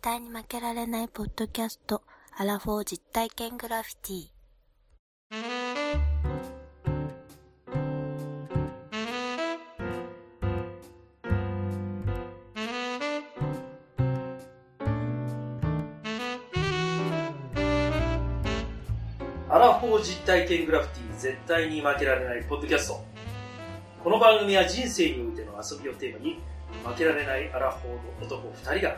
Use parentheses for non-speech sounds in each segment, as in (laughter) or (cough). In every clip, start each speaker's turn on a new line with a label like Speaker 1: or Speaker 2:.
Speaker 1: 対に負けられないポッドキャスト、アラフォー実体験グラフィティ。
Speaker 2: アラフォー実体験グラフィティ絶対に負けられないポッドキャストこの番組は人生においての遊びをテーマに負けられないアラフォーの男2人が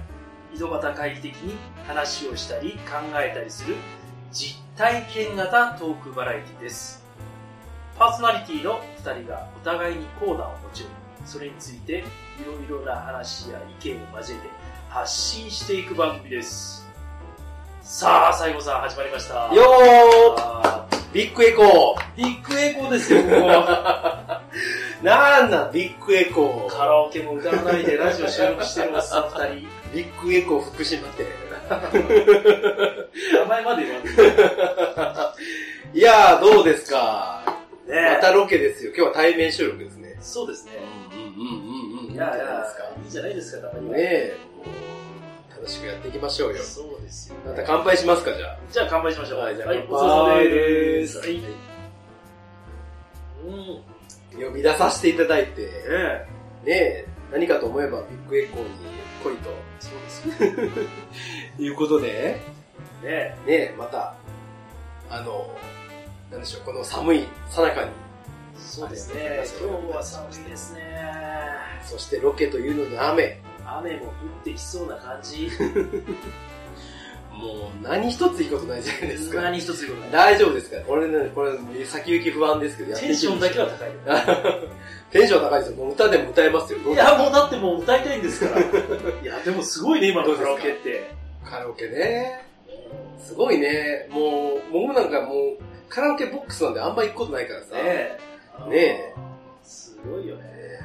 Speaker 2: 井戸端会議的に話をしたり考えたりする実体験型トークバラエティですパーソナリティの2人がお互いにコーナーを持ち寄りそれについていろいろな話や意見を交えて発信していく番組ですさあ最後さん始まりました
Speaker 3: よ
Speaker 2: あー
Speaker 3: ービッグエコ
Speaker 2: ビッグエコーですよ、ここは
Speaker 3: ーなんなんビッグエコ
Speaker 2: カ
Speaker 3: ー
Speaker 2: ラオケも歌わないでラジオ収録してるおっさん二
Speaker 3: ビッグエコー福島って。
Speaker 2: 人。名前まで言わんでね
Speaker 3: いやー、どうですかまた
Speaker 2: え。
Speaker 3: ロケですよ。今日は対面収録ですね。
Speaker 2: そうですね。
Speaker 3: うんうんうんうん
Speaker 2: い
Speaker 3: い
Speaker 2: や
Speaker 3: や
Speaker 2: い
Speaker 3: い
Speaker 2: や
Speaker 3: や、
Speaker 2: いいじゃないですか、たまには
Speaker 3: ねえ、もう、楽しくやっていきましょうよ。
Speaker 2: そうですよ、
Speaker 3: また
Speaker 2: ね。
Speaker 3: 乾杯しますか、じゃ
Speaker 2: じゃあ乾杯しまし
Speaker 3: あ。
Speaker 2: ょう。
Speaker 3: じゃあ
Speaker 2: はい、お
Speaker 3: 乾
Speaker 2: 疲れ様
Speaker 3: 杯
Speaker 2: で。
Speaker 3: ですす。
Speaker 2: はい。うん。
Speaker 3: 呼び出させていただいて、
Speaker 2: え
Speaker 3: ね
Speaker 2: え。
Speaker 3: え、何かと思えばビッグエコーに来いと。
Speaker 2: そうですよね
Speaker 3: (laughs) いうことで、
Speaker 2: え。
Speaker 3: ねえ、また、あの、なんでしょう、この寒いさなかに、
Speaker 2: そうです
Speaker 3: あり
Speaker 2: ね
Speaker 3: が。とう
Speaker 2: 今
Speaker 3: ござい
Speaker 2: 日は
Speaker 3: ます
Speaker 2: 寒いですね。
Speaker 3: そしてロケというのの雨、
Speaker 2: 雨も降ってきそうな感じ。
Speaker 3: もう何一ついいことないじゃないですか。
Speaker 2: 何一つ言うことない。
Speaker 3: 大丈夫ですかこれね、これ先行き不安ですけど、やって
Speaker 2: テ
Speaker 3: み
Speaker 2: ン
Speaker 3: て
Speaker 2: ションだけは高いよ。
Speaker 3: (laughs) テンション高いですよ。もう歌でも歌えますよ。
Speaker 2: いや、もうだってもう歌いたいんです
Speaker 3: (laughs)
Speaker 2: から。いや、でもすごいね、今のカラオケって。
Speaker 3: カラオケね。すごいね。もう、僕なんかもう、カラオケボックスなんであんま行くことないからさ。
Speaker 2: ね
Speaker 3: ね
Speaker 2: え。
Speaker 3: ねえ
Speaker 2: すごいよね。
Speaker 3: え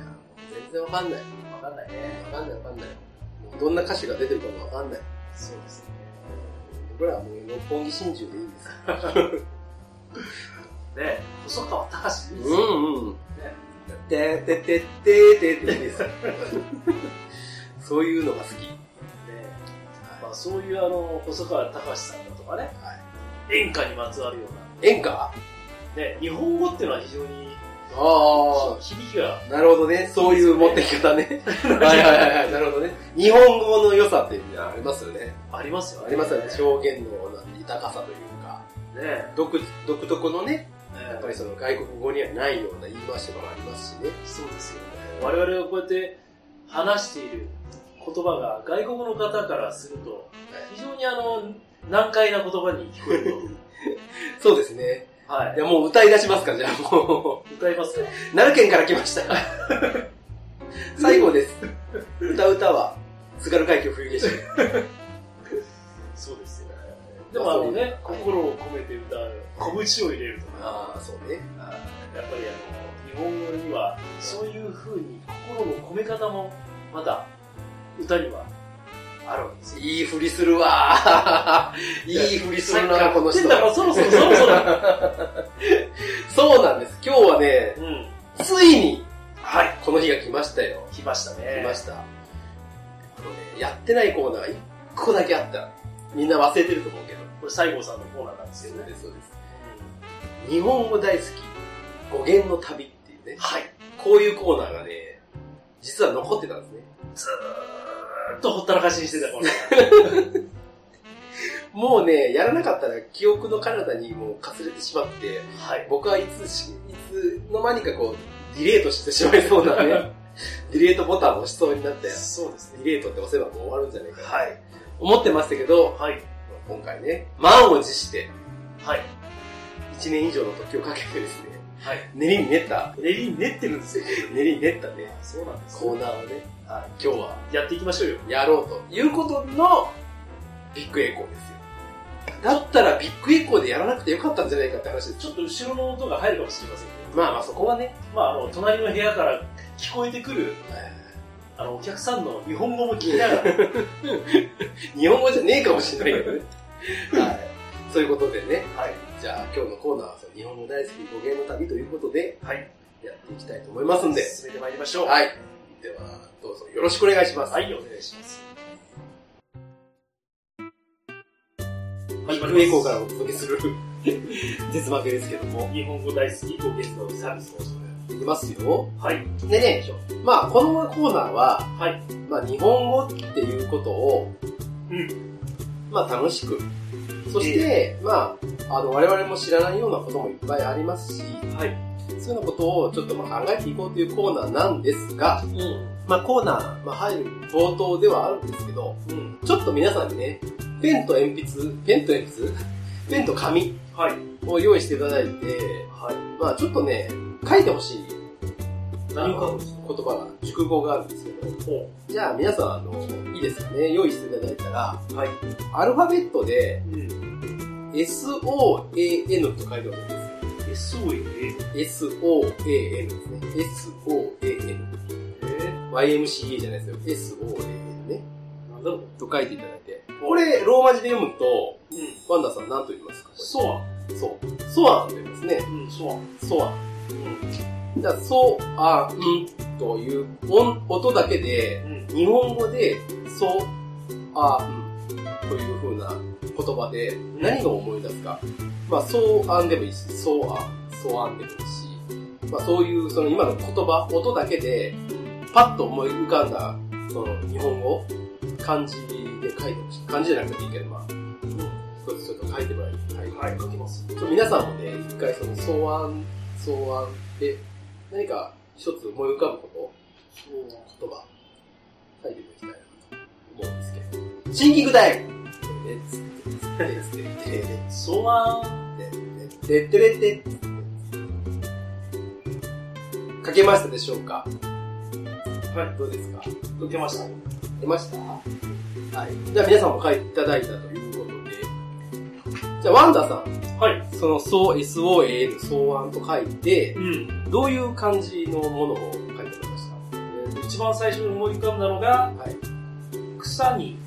Speaker 3: 全然わかんない。
Speaker 2: わかんないね。
Speaker 3: わかんないわかんない。もうどんな歌手が出てるかもわかんない。
Speaker 2: そうですね。
Speaker 3: 僕らはもう六本木真珠でいいんですよ。
Speaker 2: ねえ、細川隆史ですよ
Speaker 3: うんうん。
Speaker 2: ね
Speaker 3: てててててててです。そういうのが好き。
Speaker 2: ねまあそういうあの、細川隆史さんだとかね、演歌にまつわるような。
Speaker 3: 演歌あ
Speaker 2: ね、日本語っていうのは非常に
Speaker 3: あ。
Speaker 2: 響きが、
Speaker 3: なるほどね。そういう持ってき方ね。はいはいはいはい。なるほどね。日本語の良さっていうのはありますよね。
Speaker 2: ありますよね。
Speaker 3: ありますよね。表現のなんて豊かさというか、
Speaker 2: ねえ。
Speaker 3: 独独特のね、や
Speaker 2: や
Speaker 3: っぱりその外国語にはないような言い回しとかもありますしね。
Speaker 2: そうですよね。我々がこうやって話している言葉が外国の方からすると、非常にあの、難解な言葉に聞こえる
Speaker 3: そうですね。 (laughs)
Speaker 2: と。はい
Speaker 3: や、もう歌い出しますか、じゃあも
Speaker 2: い。歌いますか
Speaker 3: う。奈良県から来
Speaker 2: (laughs)
Speaker 3: ました。最後です。歌う歌は、津軽海峡冬景色。
Speaker 2: そうですよね。でもあのね、心を込めて歌う、拳を入れるとか、
Speaker 3: ああ、そうね。
Speaker 2: やっぱりあの、日本語にはそういう風に心の込め方も、また、歌にはあるわけですよ。
Speaker 3: いいふりするわーいいふりするな、この
Speaker 2: さっきか
Speaker 3: 人
Speaker 2: ら言ってんだ。からそろそろそろそろ。
Speaker 3: (laughs) そうなんです。今日はね、
Speaker 2: うん。
Speaker 3: ついに、
Speaker 2: はい。
Speaker 3: この日が来ましたよ。
Speaker 2: 来ましたね。
Speaker 3: 来ました。あのね、やってないコーナーが1個だけあった。みんな忘れてると思うけど。
Speaker 2: これ西郷さんのコーナーなんですよね。
Speaker 3: です、そうです。日本語大好き、語源の旅っていうね、
Speaker 2: はい。
Speaker 3: こういうコーナーがね、実は残ってたんですね。
Speaker 2: ずーっとほったらかしにしてたコーナ
Speaker 3: もうね、やらなかったら記憶の彼方にもうかすれてしまって、
Speaker 2: ー。はい。
Speaker 3: 僕はいつし、いつの間にかこう、ディレートしてしまいそうな
Speaker 2: (laughs)
Speaker 3: ね、ディレートボタンを押しそうになって、
Speaker 2: そうですね。
Speaker 3: ディレートって押せばもう終わるんじゃないかな
Speaker 2: はい。
Speaker 3: 思ってましたけど、
Speaker 2: はい。
Speaker 3: 今回ね、満を持して、
Speaker 2: はい。
Speaker 3: 1年以上の時をかけてですね、
Speaker 2: はい。
Speaker 3: 練りに練った、
Speaker 2: 練りに練ってるんですよ。
Speaker 3: 練りに練ったね、
Speaker 2: そうなんです
Speaker 3: コーナーをね、
Speaker 2: は。
Speaker 3: 今日はい
Speaker 2: やっていきましょうよ。
Speaker 3: やろうということの、ビッグエコーですよ。だったらビッグエコーでやらなくてよかったんじゃないかって話です。
Speaker 2: ちょっと後ろの音が入るかもしれませんけど。
Speaker 3: まあまあそこはね、
Speaker 2: まあ、あの、隣の部屋から聞こえてくる、あの、お客さんの日本語も聞きな (laughs) がら。
Speaker 3: 日本語じゃねえかもしれないけどね。はい。 (laughs) そういうことでね、
Speaker 2: はい。
Speaker 3: じゃあ今日のコーナーはその日本語大好き語源の旅ということで、
Speaker 2: はい。
Speaker 3: やっていきたいと思いますんで、
Speaker 2: 進めてまいりましょう。
Speaker 3: はい。では、どうぞよろしくお願いします。
Speaker 2: はい、お願いします。
Speaker 3: ビッグエコーからお届け (laughs) する絶負けですけども。
Speaker 2: 日本語大好きご月のサービス放送です。
Speaker 3: いきますよ。
Speaker 2: はい。
Speaker 3: でね、まあ、このコーナーは、
Speaker 2: はい。
Speaker 3: まあ、日本語っていうことを、
Speaker 2: うん
Speaker 3: まあ、楽しく。そして、まあ、あの、我々も知らないようなこともいっぱいありますし、
Speaker 2: はい。
Speaker 3: そういうようなことをちょっとまあ考えていこうというコーナーなんですが、
Speaker 2: うん。
Speaker 3: まあ、コーナー、まあ、入る冒頭ではあるんですけど、
Speaker 2: うん。
Speaker 3: ちょっと皆さんにね、ペンと鉛筆、ペンと鉛筆 (laughs) ペンと紙
Speaker 2: はい。
Speaker 3: を用意していただいて、
Speaker 2: は
Speaker 3: まあ、ちょっとね、書いてほしい
Speaker 2: い。
Speaker 3: あ
Speaker 2: 何か
Speaker 3: の言葉が、熟語があるんですけど、
Speaker 2: ほ
Speaker 3: じゃあ皆さん、あの、いいですかね、用意していただいたら、
Speaker 2: う。はい。
Speaker 3: アルファベットで、
Speaker 2: うん。
Speaker 3: SOAN と書いてほしいんですよ。
Speaker 2: SOA。
Speaker 3: SOAN ですね。SOAN。
Speaker 2: えー
Speaker 3: YMCA じゃないですよ。SOAN ね。
Speaker 2: なんだろう。
Speaker 3: と書いていただいて。これ、ローマ字で読むと、
Speaker 2: うん。
Speaker 3: ワンダさん何と言いますかこれ
Speaker 2: ソア。
Speaker 3: そう。ソアンと言いますね。
Speaker 2: うん、ソア。
Speaker 3: ソア
Speaker 2: うん。
Speaker 3: ン。じゃあ、ソアンという音音だけで、
Speaker 2: うん。
Speaker 3: 日本語で、ソアンという風な言葉で、何を思い出すか。まあ、ソアンでもいいし、ソアン、ソアンでもいいし、まあ、そういう、その今の言葉、音だけで、パッと思い浮かんだ、その日本語、漢字で書いてほしい。漢字じゃなくていいけど、まあ、一つちょっと書いてもらいたい。
Speaker 2: はい、書きます。
Speaker 3: ちょっと皆さんもね、一回その、草案、草案で、何か一つ思い浮かぶこ
Speaker 2: そう
Speaker 3: と、言葉、書いていただきたいなと思うんですけど。シンキングタイムえつって、えつって、えつって、
Speaker 2: ソア。
Speaker 3: てってれって。書けましたでしょうか
Speaker 2: はい。
Speaker 3: どうですか
Speaker 2: 解けました。
Speaker 3: 出ましたはい。じゃあ皆さんも書いていただいたということで。じゃあワンダさん、
Speaker 2: はい。
Speaker 3: その、そう、SOAN、草案と書いて
Speaker 2: う、ん。
Speaker 3: どういう感じのものを書いてありました
Speaker 2: 一番最初に思い浮かんだのが、
Speaker 3: はい。
Speaker 2: 草に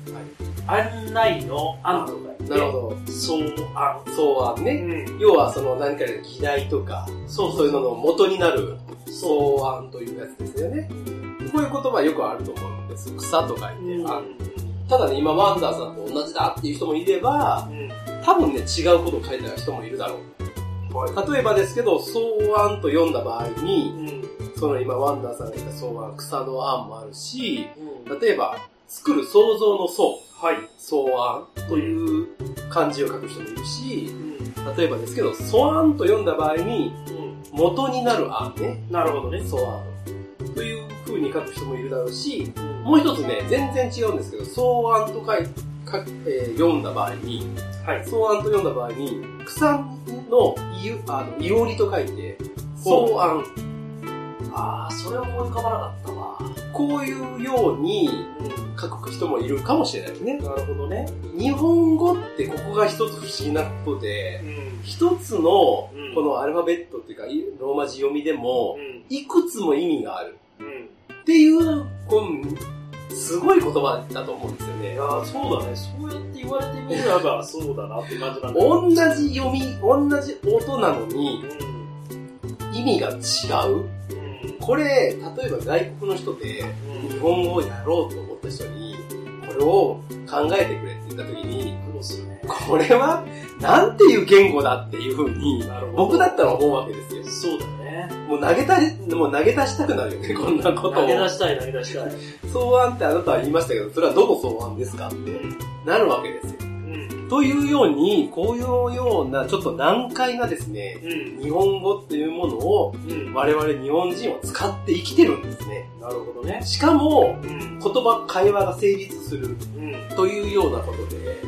Speaker 3: は
Speaker 2: 案内の案とか言って、
Speaker 3: い。なるほど。
Speaker 2: 草案。
Speaker 3: 草案
Speaker 2: う
Speaker 3: ね。
Speaker 2: ん。
Speaker 3: 要はその何かの議題とか、
Speaker 2: そう
Speaker 3: そういうのの元になる草
Speaker 2: そ
Speaker 3: 案というやつですよね。こういう言葉よくあると思うんです。草と書いて、
Speaker 2: う。うん。
Speaker 3: あただね、今ワンダーさんと同じだっていう人もいれば、
Speaker 2: うん。
Speaker 3: 多分ね、違うことを書いてある人もいるだろう。例えばですけど、草案と読んだ場合に、
Speaker 2: うん。
Speaker 3: その今ワンダーさんが言った草案、草の案もあるし、
Speaker 2: うん。
Speaker 3: 例えば、作る創造の層。
Speaker 2: はい。
Speaker 3: 草案という漢字を書く人もいるし
Speaker 2: う、ん。
Speaker 3: 例えばですけど、素案と読んだ場合に、
Speaker 2: う
Speaker 3: 元になる案ね、
Speaker 2: ん。なるほどね。
Speaker 3: 素案。という風に書く人もいるだろうし、も
Speaker 2: も
Speaker 3: う一つね、全然違うんですけど、素案と書い書えー読んだ場合に、
Speaker 2: はい。
Speaker 3: 草案と読んだ場合に、草のいゆあのいおりと書いて、
Speaker 2: ほう
Speaker 3: 草案。
Speaker 2: ああ、それは思い浮かばなかったわ。
Speaker 3: こういうように
Speaker 2: うん。
Speaker 3: 書く人もいるかもしれないね。
Speaker 2: なるほどね。
Speaker 3: 日本語ってここが一つ不思議なことで
Speaker 2: う、ん。
Speaker 3: 一つのこ
Speaker 2: うん
Speaker 3: のアルファベットっていうかいローマ字読みで
Speaker 2: う
Speaker 3: も
Speaker 2: ん。
Speaker 3: いくつも意味がある
Speaker 2: うん。
Speaker 3: っていうこうすごい言葉だと思うんですよ
Speaker 2: い
Speaker 3: ね
Speaker 2: や。ーそうだね。そうやって言われてみれ
Speaker 3: (laughs)
Speaker 2: ば、そうだなって感じなんだけど。
Speaker 3: 同じ読み、同じ音なのに
Speaker 2: うん。
Speaker 3: 意味が違う。
Speaker 2: うん。
Speaker 3: これ、例えば外国の人で日本語をやろうと思った人にこれを考えてくれって言った時に
Speaker 2: うん。どうするね。
Speaker 3: これはなんていう言語だっていうふうに
Speaker 2: なるほど。
Speaker 3: 僕だったら思うわけですよ。
Speaker 2: そうだね。
Speaker 3: もう投げたり、もう投げ出したくなるよね、こんなことを。
Speaker 2: 投げ出したい、投げ出したい。
Speaker 3: 草案ってあなたは言いましたけど、それはどの草案ですかってなるわけですよ。
Speaker 2: うん。
Speaker 3: というように、こういうようなちょっと難解なですね、
Speaker 2: うん。
Speaker 3: 日本語っていうものを
Speaker 2: うん。
Speaker 3: 我々日本人は使って生きてるんですね。
Speaker 2: なるほどね。
Speaker 3: しかも、
Speaker 2: うん。
Speaker 3: 言葉、会話が成立する
Speaker 2: うん。
Speaker 3: というようなことで、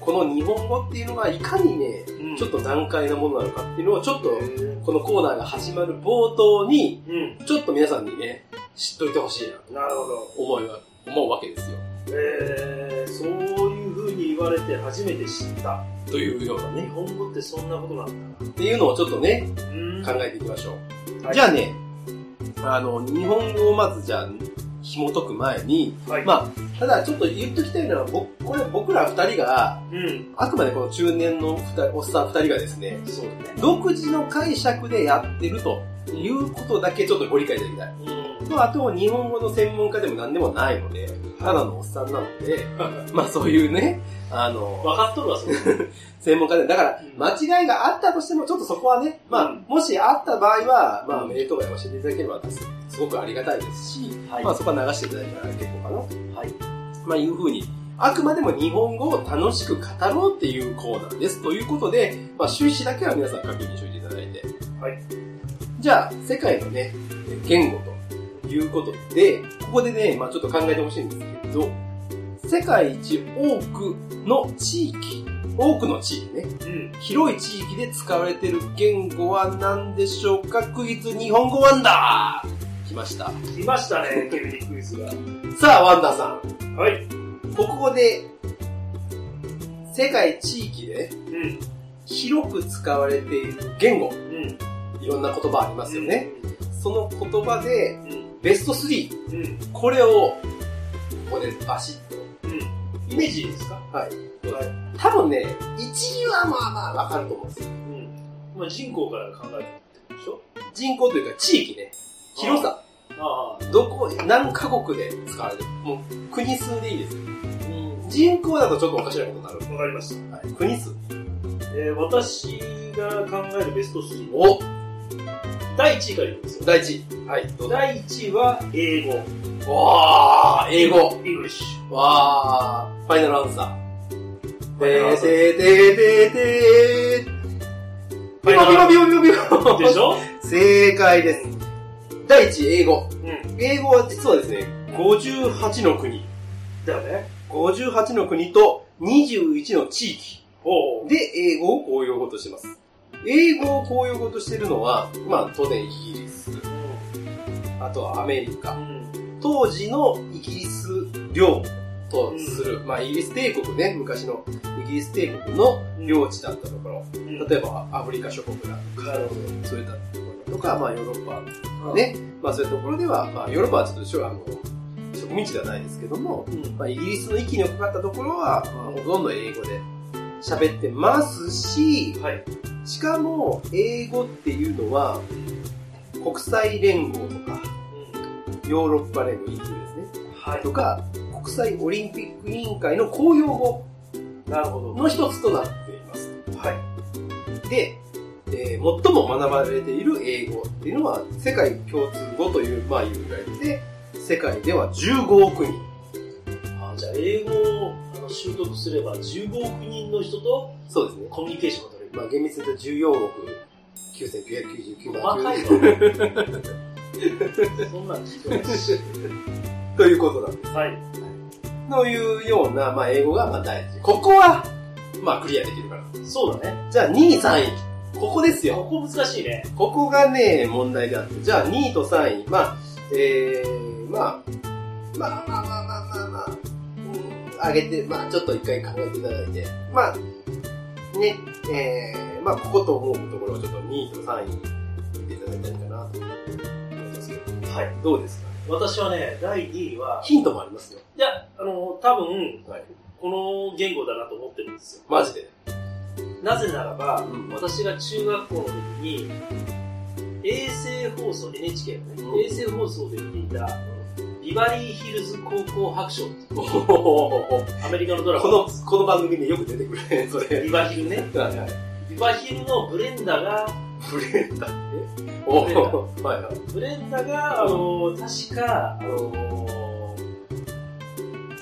Speaker 3: この日本語っていうのがいかにね、
Speaker 2: うん。
Speaker 3: ちょっと難解なものなのかっていうのをちょっと
Speaker 2: へー
Speaker 3: このコーナーが始まる冒頭に
Speaker 2: うん。
Speaker 3: ちょっと皆さんにね、知っといてほしいなと
Speaker 2: なるほど。
Speaker 3: 思いは、思うわけですよ。
Speaker 2: えー、そういう風に言われて初めて知った。
Speaker 3: というような
Speaker 2: 日
Speaker 3: ね。
Speaker 2: 本語ってそんなことなんだ
Speaker 3: っていうのをちょっとね、
Speaker 2: な。うん
Speaker 3: 考えていきましょう。
Speaker 2: はい
Speaker 3: じゃあね、あの、日本語をまずじゃあ、紐解く前に、
Speaker 2: はい。
Speaker 3: まあ、ただちょっと言っときたいのは、僕、これ僕ら二人が、
Speaker 2: うん。
Speaker 3: あくまでこの中年の二人、おっさん二人がですね、
Speaker 2: そうだね。
Speaker 3: 独自の解釈でやってるということだけちょっとご理解いただきたい。
Speaker 2: うん。
Speaker 3: まあ、あと日本語の専門家でも何でもないので、ただのおっさんなの
Speaker 2: (laughs)
Speaker 3: で、まあそういうね、あの、
Speaker 2: 分かっとるわ、それ。
Speaker 3: 専門家で、だから
Speaker 2: うん
Speaker 3: 間違いがあったとしても、ちょっとそこはね、まあ、
Speaker 2: うん
Speaker 3: もしあった場合は、まあ、
Speaker 2: うん
Speaker 3: メールとかで教えていただければです、すごくありがたいですし、
Speaker 2: はい
Speaker 3: まあそこは流していただけたら結構かな、
Speaker 2: はい。
Speaker 3: まあいうふうに、あくまでも日本語を楽しく語ろうっていうコーナーです。ということで、まあ、趣旨だけは皆さん確認しておいていただいて。
Speaker 2: はい。
Speaker 3: じゃあ、世界のね、言語ということで、ここでね、まあちょっと考えてほしいんですけど、世界一多くの地域、多くの地域ね、
Speaker 2: うん。
Speaker 3: 広い地域で使われている言語は何でしょうかクイズ日本語ワンダー来ました。
Speaker 2: 来ましたね、ケビンクイズが。
Speaker 3: さあ、ワンダーさん、
Speaker 2: はい。
Speaker 3: ここで、世界地域で
Speaker 2: うん。
Speaker 3: 広く使われている言語、
Speaker 2: うん。
Speaker 3: いろんな言葉ありますよね。。その言葉で、
Speaker 2: うん。
Speaker 3: ベスト3、
Speaker 2: うん。
Speaker 3: これを、ここでバシッと。
Speaker 2: うん。イメージですか
Speaker 3: はい。
Speaker 2: はい。
Speaker 3: 多分ね、1位はまあまあわかると思うんですよ。
Speaker 2: うん。まあ人口から考えてるでしょ
Speaker 3: 人口というか地域ね。広さ。
Speaker 2: ああ。
Speaker 3: どこ、何カ国で使われてる。もう、国数でいいですよ。
Speaker 2: うん。
Speaker 3: 人口だとちょっとおかしなことになる。
Speaker 2: わかりました。
Speaker 3: はい。国数。
Speaker 2: えー、私が考えるベスト3。
Speaker 3: お
Speaker 2: 第1位からいきますよ。
Speaker 3: 第1位。はい。どうぞ。
Speaker 2: 第1位は英語。
Speaker 3: わー、英語。
Speaker 2: イングリッシ
Speaker 3: わー、ファイナルアンサ
Speaker 2: ュ。
Speaker 3: ー。ででででで
Speaker 2: ファ
Speaker 3: ビ
Speaker 2: イナ
Speaker 3: ロ
Speaker 2: ル
Speaker 3: ビ
Speaker 2: ア
Speaker 3: ロ
Speaker 2: ン
Speaker 3: ビロビロビ
Speaker 2: サーでし
Speaker 3: ロ
Speaker 2: ょ
Speaker 3: 正解です。第1位、英語。
Speaker 2: うん。
Speaker 3: 英語は実はですね、58の国、
Speaker 2: だよね。
Speaker 3: 58の国と21の地域
Speaker 2: おう。
Speaker 3: で英語を公用語としてます。英語を公用語としてるのは、まあ当然イギリス、あとはアメリ
Speaker 2: う
Speaker 3: カ、
Speaker 2: ん。
Speaker 3: 当時のイギリス領とする、まあイギリス帝国ね、昔のイギリス帝国の領地だったところ、
Speaker 2: うん。
Speaker 3: 例えばアフリカ諸国だと
Speaker 2: な
Speaker 3: か
Speaker 2: るほ、
Speaker 3: そういったところとか、まあヨーロッパ
Speaker 2: ど。
Speaker 3: ね、まあそういうところでは、まあヨーロッパはちょっとしょあの植民地ではないですけども、
Speaker 2: うん。
Speaker 3: まあイギリスの域にかかったところは、まあほとんど英語で喋ってますし、
Speaker 2: はい。
Speaker 3: しかも英語っていうのは、国際連合とか、ヨーロッパ連合 EU ですね、
Speaker 2: は
Speaker 3: とか、国際オリンピック委員会の公用語
Speaker 2: い。なるほど。
Speaker 3: の一つとなっています。
Speaker 2: はい。
Speaker 3: で、えー最も学ばれている英語っていうのは、世界共通語という、まあ、いうぐらいで、世界では15億人。
Speaker 2: あじゃあ、英語をあの習得すれば、15億人の人と
Speaker 3: そうですね。
Speaker 2: コミュニケーションが取れる。
Speaker 3: まあ、厳密に言うと14億9999万
Speaker 2: 細かい
Speaker 3: 人
Speaker 2: わ。そんなん聞いてないし。
Speaker 3: ということなんです。
Speaker 2: はい。
Speaker 3: というような、まあ、英語がまあ大事。ここは、まあ、クリアできるから。
Speaker 2: そうだね。
Speaker 3: じゃあ、2位、3位。ここですよ
Speaker 2: こ。こ難しいね。
Speaker 3: ここがね、問題であって。じゃあ、2位と3位。まあ、えー、まあ、まあまあまあまあまあまあ、うん、上げて、まあ、ちょっと一回考えていただいて。まあ、ね、えー、まあ、ここと思うところをちょっと2位と3位見ていただいたらいいかなと思うんですけど。
Speaker 2: はい。
Speaker 3: どうですか
Speaker 2: 私はね、第2位は、
Speaker 3: ヒントもありますよ。
Speaker 2: いや、あの、多分、
Speaker 3: はい。
Speaker 2: この言語だなと思ってるんですよ。
Speaker 3: マジで。
Speaker 2: なぜならば、
Speaker 3: うん
Speaker 2: 私が中学校の時に、衛星放送、NHK のね、
Speaker 3: うん
Speaker 2: 衛星放送で見ていた、ビバリーヒルズ高校白書ってい
Speaker 3: お
Speaker 2: う
Speaker 3: ほほほほ
Speaker 2: アメリカのドラ
Speaker 3: こ
Speaker 2: マ。
Speaker 3: の、この番組でよく出てくるね、それ。
Speaker 2: ビバヒルね。
Speaker 3: はいはい。
Speaker 2: ビバヒルのブレンダが、
Speaker 3: ブ (laughs) レンダーね。お
Speaker 2: ブレンダ
Speaker 3: ーはいはい。
Speaker 2: ブレンダが、あのー確か、あのー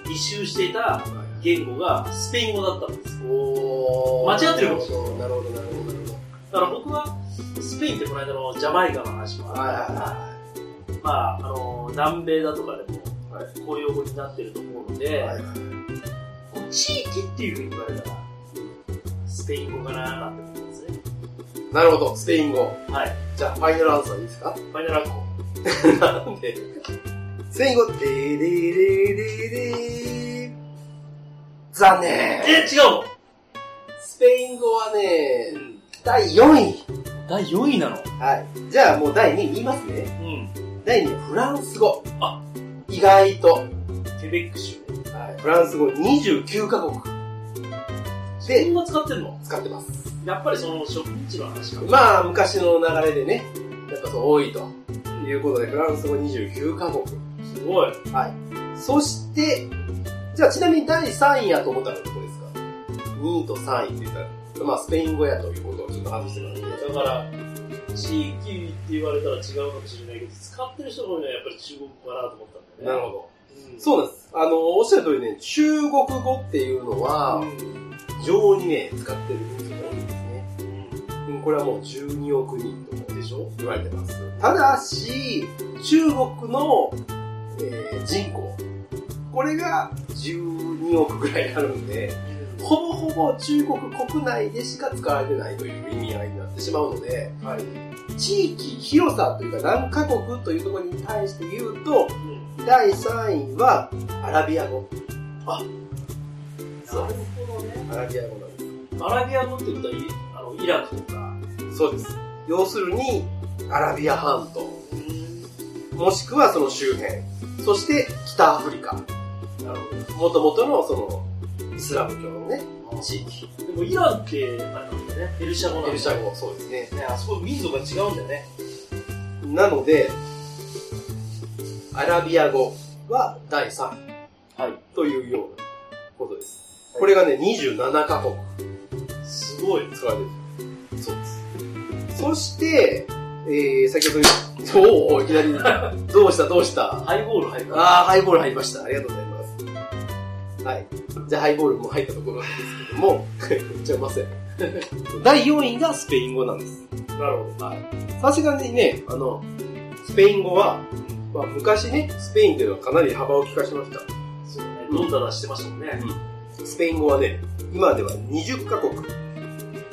Speaker 2: 履修していた言語がスペイン語だったんですよ。
Speaker 3: お
Speaker 2: 間違ってるか
Speaker 3: な
Speaker 2: も
Speaker 3: る
Speaker 2: し
Speaker 3: ほど、なるほど、なるほど、なるほ
Speaker 2: だから僕は、スペインってこの間のジャマイカの話もあ
Speaker 3: ど。
Speaker 2: ったから、まあ、あのー南米だとかでも、
Speaker 3: いはいはい。
Speaker 2: 公用語になってると思うので、
Speaker 3: はいはい
Speaker 2: こう地域っていうふうに言われたら、スペイン語かなーなんて思うんですね。
Speaker 3: なるほど、スペイン語。
Speaker 2: はい。
Speaker 3: じゃあ、ファイナルアンサーいいですか
Speaker 2: ファイナルアンコ
Speaker 3: なんでスペイン語、でーでーでーでーでー残念
Speaker 2: え、違うの
Speaker 3: スペイン語はね、第4位。
Speaker 2: 第4位なの
Speaker 3: はい。じゃあ、もう第2位言いますね。
Speaker 2: うん。
Speaker 3: 第2位、フランス語。
Speaker 2: あ
Speaker 3: 意外と。
Speaker 2: ケベック州ね。
Speaker 3: フランス語29カ国
Speaker 2: そ
Speaker 3: で
Speaker 2: んな使ってんの
Speaker 3: 使ってます。
Speaker 2: やっぱりその植民地の話か。
Speaker 3: まあ、昔の流れでね、やっぱそう多いということで、フランス語29カ国。
Speaker 2: すごい。
Speaker 3: はい。そして、じゃあちなみに第3位やと思ったのはどこですか ?2 位と3位って言ったら、まあスペイン語やということをちょっと外してたんで、
Speaker 2: だから、地域って言われたら違うかもしれないけど、使ってる人の方にはやっぱり中国語かなと思ったんだよね。
Speaker 3: な
Speaker 2: ど。
Speaker 3: るほど。
Speaker 2: うん、
Speaker 3: そうなんです。あの、おっしゃる通りね、中国語っていうのは、非常にね、使ってる人が多いんですね。でもこれはもう12億人とでしょ言われてます。ただし、中国の、えー人口、これが12億ぐらいあるんで、ほぼほぼ中国国内でしか使われてないという意味合いになってしまうので、
Speaker 2: はい。
Speaker 3: 地域、広さというか何カ国というところに対して言うと、
Speaker 2: うん
Speaker 3: 第3位はアラビア語。
Speaker 2: なるほどね。
Speaker 3: アラビア語なんで
Speaker 2: アラビア語って言ったらイあのイラクとか、
Speaker 3: す。そうです。要するに、アラビア半島。もしくはその周辺。そして北アフリカ。
Speaker 2: なる
Speaker 3: もともとのその、イスラム教のね、
Speaker 2: ほど。
Speaker 3: 地域。
Speaker 2: でもイランって、あれなんだよね、ペルシャ語なんだ
Speaker 3: ペ
Speaker 2: よ
Speaker 3: ルシャ語、そうですね。
Speaker 2: ね、あそこ民族が違うんだよね。
Speaker 3: なので、アラビア語は第3位、
Speaker 2: はい
Speaker 3: というようなことです。
Speaker 2: はい
Speaker 3: これがね、27カ国
Speaker 2: すごい。
Speaker 3: 使われてる。そうです。そして、えー、先ほど言う、おーおーいきなり、どうしたどうした
Speaker 2: ハイボール入る
Speaker 3: あー、ハイボール入りました。ありがとうございます。はい。じゃあ、ハイボールも入ったところなんですけども、 (laughs) めっちゃうません。第4位がスペイン語なんです。
Speaker 2: なるほ
Speaker 3: はい。さすがにね、あの、スペイン語は、まあ、昔ね、スペインっていうのはかなり幅を利かしました。
Speaker 2: ど。そうね。ドンダダしてましたもんね。
Speaker 3: スペイン語はね、今では20カ国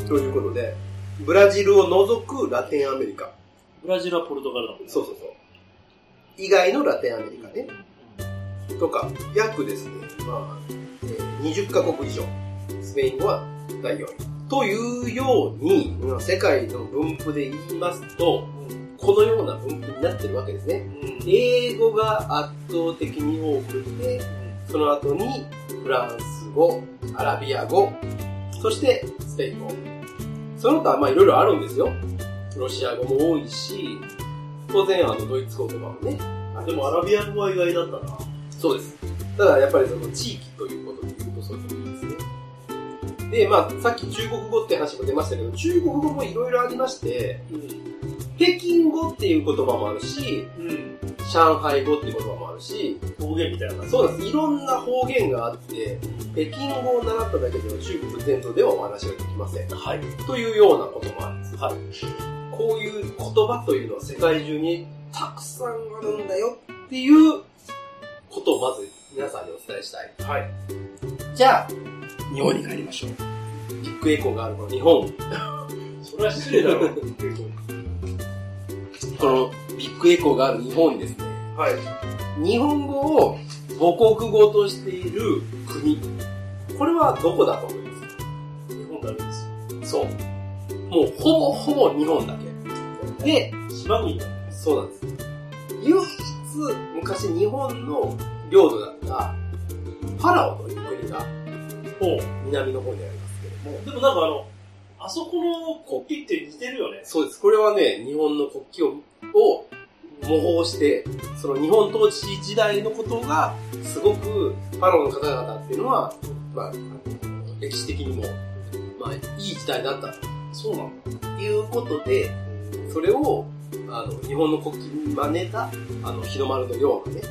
Speaker 3: ということで、ブラジルを除くラテンアメリカ。
Speaker 2: ブラジルはポルトガルだもんね。
Speaker 3: そうそうそう。以外のラテンアメリカね。とか、約ですね、まあ、えー20カ国以上。スペイン語は第4位。というように、まあ世界の分布で言いますと、このような分布になってるわけですね。
Speaker 2: うん。
Speaker 3: 英語が圧倒的に多くて、その後にフランス語、アラビア語、そしてスペイン語。その他、まあいろいろあるんですよ。ロシア語も多いし、当然あのドイツ語とかもね。
Speaker 2: あでもアラビア語は意外だったな。
Speaker 3: そうです。ただやっぱりその地域ということで言うとそういうことですね。で、まあさっき中国語って話も出ましたけど、中国語もいろいろありまして、
Speaker 2: うん。
Speaker 3: 北京語っていう言葉もあるし、
Speaker 2: うん。
Speaker 3: 上海語っていう言葉もあるし、
Speaker 2: 方言みたいな感じ。
Speaker 3: そうなんです。いろんな方言があって、北京語を習っただけでは中国全土ではお話ができません。
Speaker 2: はい。
Speaker 3: というようなこともあるんです。
Speaker 2: はい。
Speaker 3: こういう言葉というのは世界中にたくさんあるんだよっていうことをまず皆さんにお伝えしたい。
Speaker 2: はい。
Speaker 3: じゃあ、日本に帰りましょう。ビッグエコーがあるこの日本。
Speaker 2: それは失礼だ (laughs) ろ。
Speaker 3: このビッグエコーがある日本にですね、
Speaker 2: はい。
Speaker 3: 日本語を母国語としている国。これはどこだと思います
Speaker 2: 日本だけです
Speaker 3: そう。もうほぼほぼ日本だけ。で、
Speaker 2: よ。島国だ。
Speaker 3: そうなんです。唯一昔日本の領土だったパラオという国が
Speaker 2: ほう。
Speaker 3: 南の方にありますけども。
Speaker 2: でもなんかあの、あそこの国旗って似てるよね。
Speaker 3: そうです。これはね、日本の国旗をを模倣して、その日本統治時代のことが、すごくパラオの方々っていうのは、まあ、あの歴史的にも、まあ、いい時代だった
Speaker 2: そうなんだ。
Speaker 3: ということで、それを、あの、日本の国旗に真似た、あの、日の丸のようなね、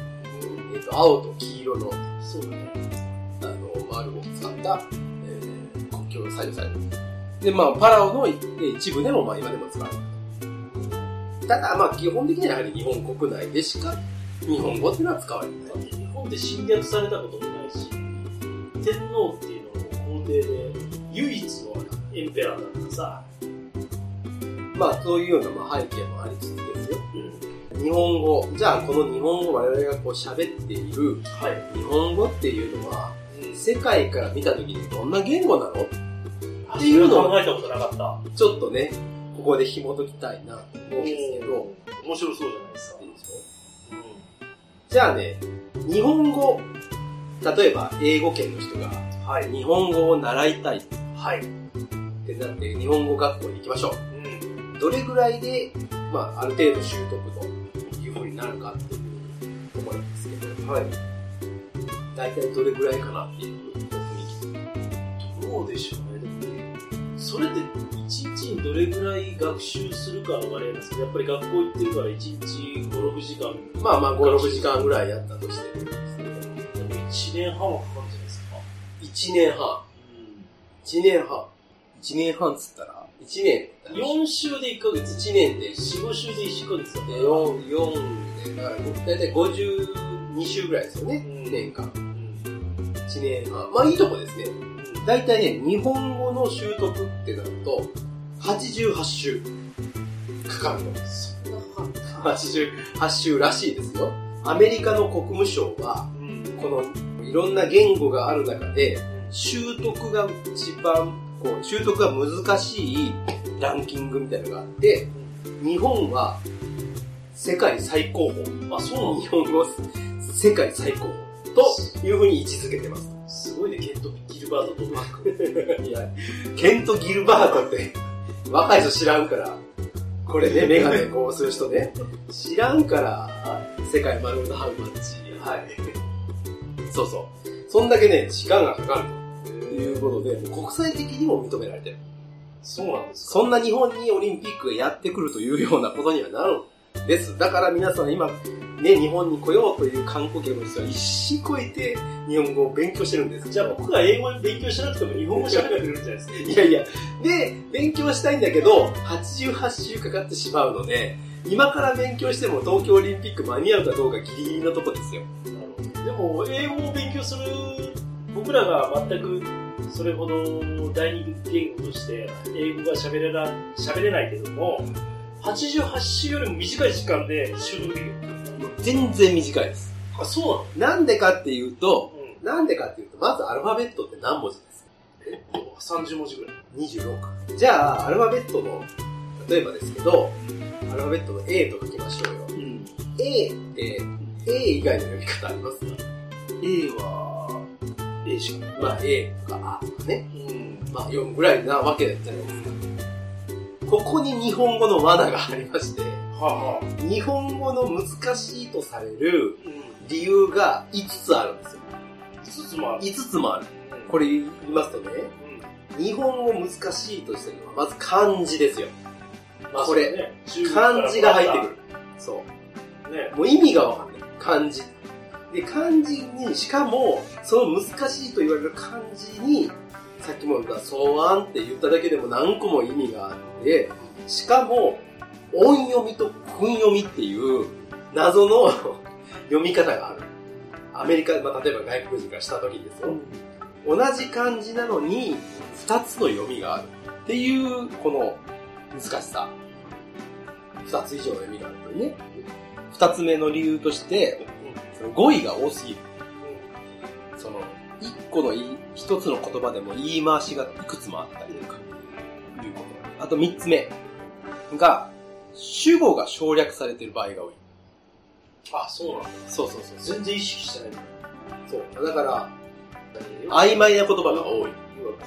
Speaker 3: えっ、と、青と黄色の、
Speaker 2: そうだね。
Speaker 3: あの、丸を使った、えー、国旗を採用される。で、まあ、パラオのえー一部でも、まあ、今でも使われる。ただ、まあ、基本的にはやはり日本国内でしか、日本語っていうのは使われない。
Speaker 2: 日本で侵略されたこともないし、天皇っていうのも皇帝で、唯一のエンペラーだからさ、
Speaker 3: まあ、そういうような、まあ、背景もありつつですよ。日本語、じゃあ、この日本語、我々がこう喋っている、
Speaker 2: はい。
Speaker 3: 日本語っていうのは、世界から見た時にどんな言語なのっていうのを
Speaker 2: 考えたことなかった。
Speaker 3: ちょっとね、ここで紐解きたいなと思うんですけど、
Speaker 2: 面白そうじゃないですか
Speaker 3: い。いでしょじゃあね、日本語、例えば英語圏の人が、
Speaker 2: はい。
Speaker 3: 日本語を習いたいっ
Speaker 2: はい。
Speaker 3: てなって、日本語学校に行きましょう。どれぐらいでまあ、ある程度習得というふうになるかっていうところなんですけど、はい。大体どれぐらいかなっていう雰囲
Speaker 2: どうでしょうね、でもそれで一日にどれぐらい学習するかのあれなんですけど、やっぱり学校行ってるから、一日5、6時間、
Speaker 3: 気。まあまあ、5、6時間ぐらいやったとしてですけど、
Speaker 2: でも1年半はかかるんじゃないですか。
Speaker 3: 1年半。1年半。1年半っつったら、1年。
Speaker 2: 4週で1ヶ月、
Speaker 3: 1年で、
Speaker 2: 4、5週で1ヶ月だね。
Speaker 3: 4、4で、だいたい52週ぐらいですよね、
Speaker 2: うん
Speaker 3: 年間。
Speaker 2: うん
Speaker 3: 1年半。まあいいとこですね。だいたいね、日本語の習得ってなると、88週かかるのです。
Speaker 2: そんな感じ
Speaker 3: 88週らしいですよ。アメリカの国務省は、
Speaker 2: うん
Speaker 3: このいろんな言語がある中で、習得が一番、こう、習得が難しいランキングみたいなのがあって、日本は世界最高峰。
Speaker 2: あ、そうなん
Speaker 3: 日本語世界最高峰というふうに位置づけてます。
Speaker 2: だ。すごいね、ゲットギルバートとマーク。
Speaker 3: いや、ケント・ギルバートって、若い人知らんから、これね、メガネこうする人ね、知らんから、世界丸ごとハウマッチ。はい。そうそう。そんだけね、時間がかかるということで、もう国際的にも認められてる。
Speaker 2: そうなんですか。
Speaker 3: そんな日本にオリンピックがやってくるというようなことにはなるんです。だから皆さん今、ね、日本に来ようという観光客の人は一死超えて日本語を勉強してるんです。
Speaker 2: じゃあ僕が英語勉強しなくても日本語喋ってくれるんじゃないですか。
Speaker 3: いやいや、で、勉強したいんだけど、88週かかってしまうので、今から勉強しても東京オリンピック間に合うかどうかギリギリのとこですよ。
Speaker 2: でも英語を勉強する僕らが全くそれほど第二言語として英語が喋れな喋れないけども88週よりも短い時間で習得できる
Speaker 3: 全然短いです。
Speaker 2: あそ
Speaker 3: なんでかっていうと
Speaker 2: う、なの、うん
Speaker 3: なんでかっていうと、まずアルファベットって何文字ですか
Speaker 2: 30文字ぐらい、
Speaker 3: ?26。じゃあ、アルファベットの、例えばですけど、アルファベットの A と書きましょうよ。A って、A 以外の読み方ありますか
Speaker 2: A は A しかない、
Speaker 3: まあ、A とか A とかね。
Speaker 2: うん、
Speaker 3: まあ、読むぐらいなわけじゃないですか。ここに日本語の罠がありまして、
Speaker 2: はあはあ、
Speaker 3: 日本語の難しいとされる
Speaker 2: うん、
Speaker 3: 理由が5つあるんですよ。
Speaker 2: 5つもある、
Speaker 3: 5つもある。こ
Speaker 2: れ、
Speaker 3: れ言いますとね、日本語を難しいとしてるのは、まず漢字ですよ。
Speaker 2: まあ
Speaker 3: これ
Speaker 2: そうね中国から
Speaker 3: 漢字が入ってくる。そう。
Speaker 2: ね
Speaker 3: もう意味がわかんない。漢字。で、漢字に、しかも、その難しいと言われる漢字に、さっきも言った、草案って言っただけでも何個も意味があって、しかも、音読みと訓読みっていう謎の (laughs) 読み方がある。アメリカ、まあ、例えば外国人がした時にですよ。同じ漢字なのに、二つの読みがある。っていう、この難しさ。二つ以上の読みがあるというね。二つ目の理由として、その語彙が多すぎる。その、一個の言い、一つの言葉でも言い回しがいくつもあったりとか、いうこと。あと三つ目が、主語が省略されている場合が多い。
Speaker 2: あそうなんだ
Speaker 3: そうそうそう。
Speaker 2: 全然意識してない
Speaker 3: そう。だから、
Speaker 2: あ
Speaker 3: 曖昧な言葉が (laughs) 多い。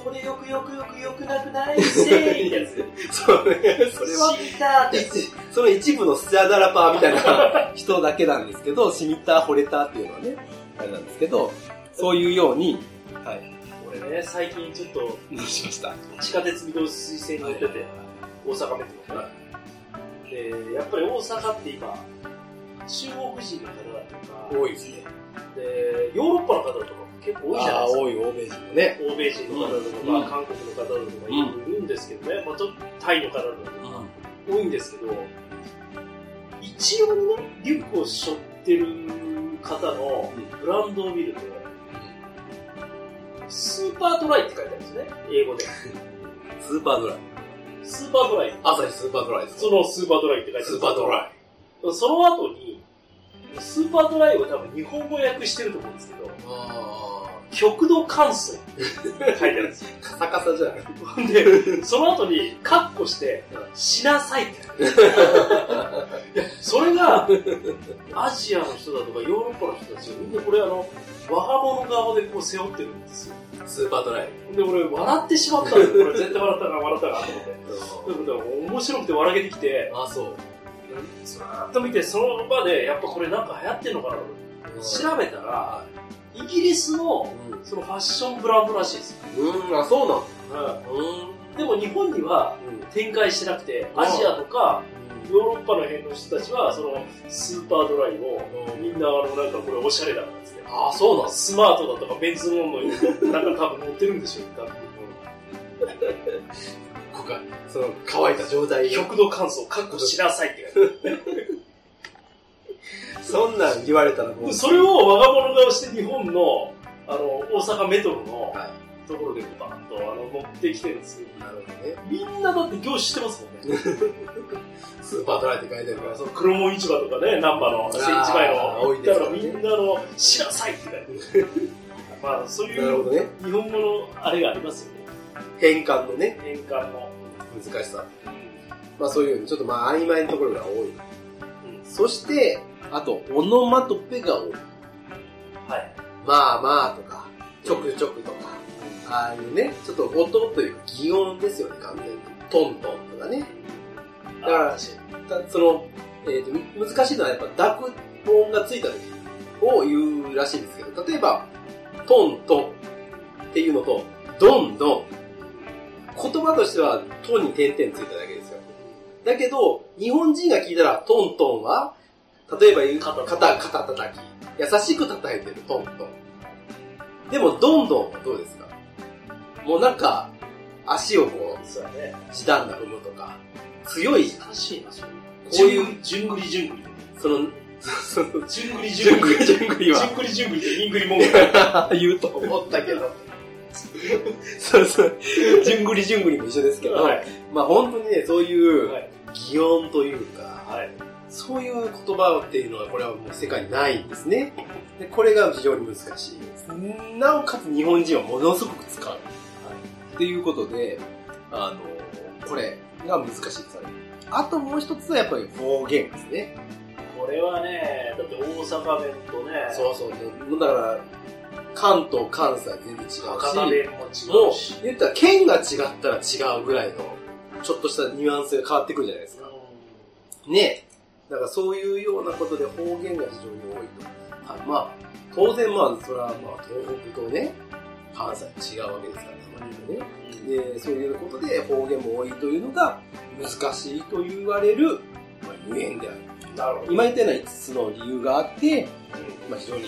Speaker 2: これよくよくよくよくなくないせーいやつ
Speaker 3: そうね。それは、
Speaker 2: 死んだって
Speaker 3: 一 (laughs) その一部のスチャダラパーみたいな人だけなんですけど、しみた、惚れたっていうのはね、あれなんですけど、そういうように、はい、
Speaker 2: 俺ね最近ちょっと
Speaker 3: しました。
Speaker 2: 地下鉄御堂水線に乗ってて大阪メトロか
Speaker 3: は
Speaker 2: らでやっぱり大阪って今中国人の方だとか
Speaker 3: 多いですね。
Speaker 2: でヨーロッパの方とかも結構多いじゃないで
Speaker 3: ああ
Speaker 2: すか
Speaker 3: 多い欧米人もね。
Speaker 2: 欧米人の方だとか、
Speaker 3: うん
Speaker 2: 韓国の方だとかいるんですけどね、まあ、ちょっとタイの方だとか多いんですけど、一応ね、リュックを背負ってる方のブランドを見ると、スーパードライって書いてあるんですね、英語で。
Speaker 3: スーパードライ。
Speaker 2: スーパードライ。
Speaker 3: 朝日スーパードライです。
Speaker 2: そのスーパードライって書いてある。
Speaker 3: スーパード
Speaker 2: イ。
Speaker 3: ライ。
Speaker 2: その後に、スーパードライを多分日本語訳してると思うんですけど、
Speaker 3: あ
Speaker 2: 極度乾燥って書いてあるんですよ。
Speaker 3: あ、カサカサじゃない。
Speaker 2: ほんで、その後に、カッコして
Speaker 3: う、
Speaker 2: しなさいって。いや、それが、アジアの人だとかヨーロッパの人たちがみんなこれあの、若者顔でこう背負ってるんですよ。
Speaker 3: (laughs) スーパードライ。
Speaker 2: ほんで、俺笑ってしまったんですよ。これ絶対笑ったな、笑ったなと思って。ということは面白くて笑けてきて、
Speaker 3: ああ、そう。
Speaker 2: ずーっと見て、その場で、やっぱこれなんか流行ってんのかなと思って調べたら、イギリスのそのファッションブランドらしいですよ。
Speaker 3: うん、あ、そうなん
Speaker 2: でも日本には展開してなくて、アジアとか、ヨーロッパの辺の人たちは、そのスーパードライを、みんなあの、なんかこれおしゃれだからですね。
Speaker 3: あ、そうなん
Speaker 2: スマートだとかベンツモンドになんか多分乗ってるんでしょうね、多分。
Speaker 3: ここが、その、乾いた状態
Speaker 2: 極度乾燥、確保しなさいって書いて
Speaker 3: そんなん言われたら
Speaker 2: あ
Speaker 3: も
Speaker 2: る。
Speaker 3: う、
Speaker 2: それを我が物顔して日本の、あの、大阪メトロの
Speaker 3: は
Speaker 2: ところでバーンとあの乗ってきてるんですよ。
Speaker 3: なるほどね。
Speaker 2: みんなだって業種してますもんね。
Speaker 3: スーパードライって書いてあるから、
Speaker 2: その黒門市場とかね、難波の千市前
Speaker 3: あー
Speaker 2: の、
Speaker 3: 多
Speaker 2: 行
Speaker 3: い
Speaker 2: っ
Speaker 3: です
Speaker 2: た
Speaker 3: よ
Speaker 2: ら
Speaker 3: ね
Speaker 2: みんなあの、知らさいって書いてある (laughs) まあ、そうい
Speaker 3: なる
Speaker 2: う
Speaker 3: ほどね。
Speaker 2: 日本語のあれがありますよね。
Speaker 3: 変換のね、
Speaker 2: 変換の。
Speaker 3: 難しさ。まあそういうように、ちょっとまあ曖昧なところが多い。
Speaker 2: うん
Speaker 3: そして、あと、オノマトペが多い。
Speaker 2: はい。
Speaker 3: まあまあとか、ちょくちょくとか、ああいうね、ちょっと音というか擬音ですよね、完全に。トントンとかね。だから
Speaker 2: あー確か
Speaker 3: たその、えーと、難しいのはやっぱ濁音がついた時を言うらしいんですけど、例えば、トントンっていうのと、どんどん。言葉としては、トンに点々ついただけですよ。だけど、日本人が聞いたら、トントンは、例えば言う、
Speaker 2: 肩
Speaker 3: 肩、肩叩き。優しく叩いてる、トントン。でも、どんどんはどうですかもうなんか、足をこ
Speaker 2: にそうやね。
Speaker 3: う、時短な踏むとか、強い
Speaker 2: 難しいな、それ。こ
Speaker 3: ういう
Speaker 2: う、じゅんぐりじゅんぐり。
Speaker 3: その、その、
Speaker 2: じゅんぐりじ
Speaker 3: ジ
Speaker 2: ゅ
Speaker 3: ュ
Speaker 2: ん
Speaker 3: ン
Speaker 2: ぐ
Speaker 3: グ
Speaker 2: り。
Speaker 3: リジュングリ
Speaker 2: じゅ
Speaker 3: は
Speaker 2: んぐりじゅんぐりとイングリ
Speaker 3: (laughs)
Speaker 2: モンゴ。
Speaker 3: 言うと思ったけど。そうそう。ジュングリジュングリも一緒ですけど、
Speaker 2: はい。
Speaker 3: まあ本当にね、そういう
Speaker 2: はい。
Speaker 3: 擬音というか、
Speaker 2: はい。
Speaker 3: そういう言葉っていうのはこれはもう世界にないんですね。でこれが非常に難しいです。なおかつ日本人はものすごく使う。っていうことで、あの、これが難しいですよね。あともう一つはやっぱり方言ですね。
Speaker 2: これはね、だって大阪弁とね、
Speaker 3: そうそうそう。だから、関東、関西全然違うし、
Speaker 2: 博多弁も違
Speaker 3: も
Speaker 2: うし。
Speaker 3: う、言ったら県が違ったら違うぐらいの、ちょっとしたニュアンスが変わってくるじゃないですか。ねだからそういうようなことで方言が非常に多いと。はい、まあ、当然まあ、それはまあ、東北とね、関西違うわけですからね、まあね。で、そういうことで方言も多いというのが難しいと言われる、まあ、ゆえんである。
Speaker 2: なるほど。
Speaker 3: 今言ったような5つの理由があって、まあ、非常に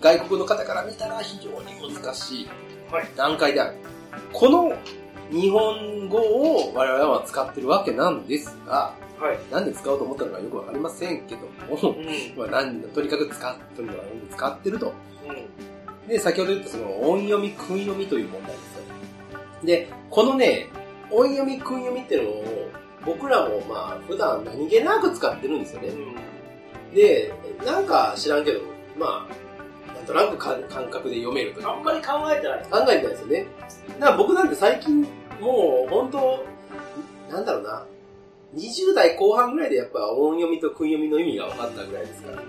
Speaker 3: 外国の方から見たら非常に難しい
Speaker 2: はい
Speaker 3: 段階である。この日本語を我々は使ってるわけなんですが、
Speaker 2: はい。
Speaker 3: 何で使おうと思ったのかよくわかりませんけども、まあ、何とにかく使ってるのは使ってると。
Speaker 2: う
Speaker 3: で、先ほど言ったその音読み、訓読みという問題ですよ。で、このね、音読み、訓読みっていうのを僕らもまあ普段何気なく使ってるんですよね。
Speaker 2: ん。うん。
Speaker 3: で、なんか知らんけど、まあ、なんとなくか感覚で読めるという
Speaker 2: あ
Speaker 3: か
Speaker 2: んまり考えてない。
Speaker 3: 考えてないですよね。だから僕なんて最近、もう本当、なんだろうな、20代後半ぐらいでやっぱ音読みと訓読みの意味が分かったぐらいですから。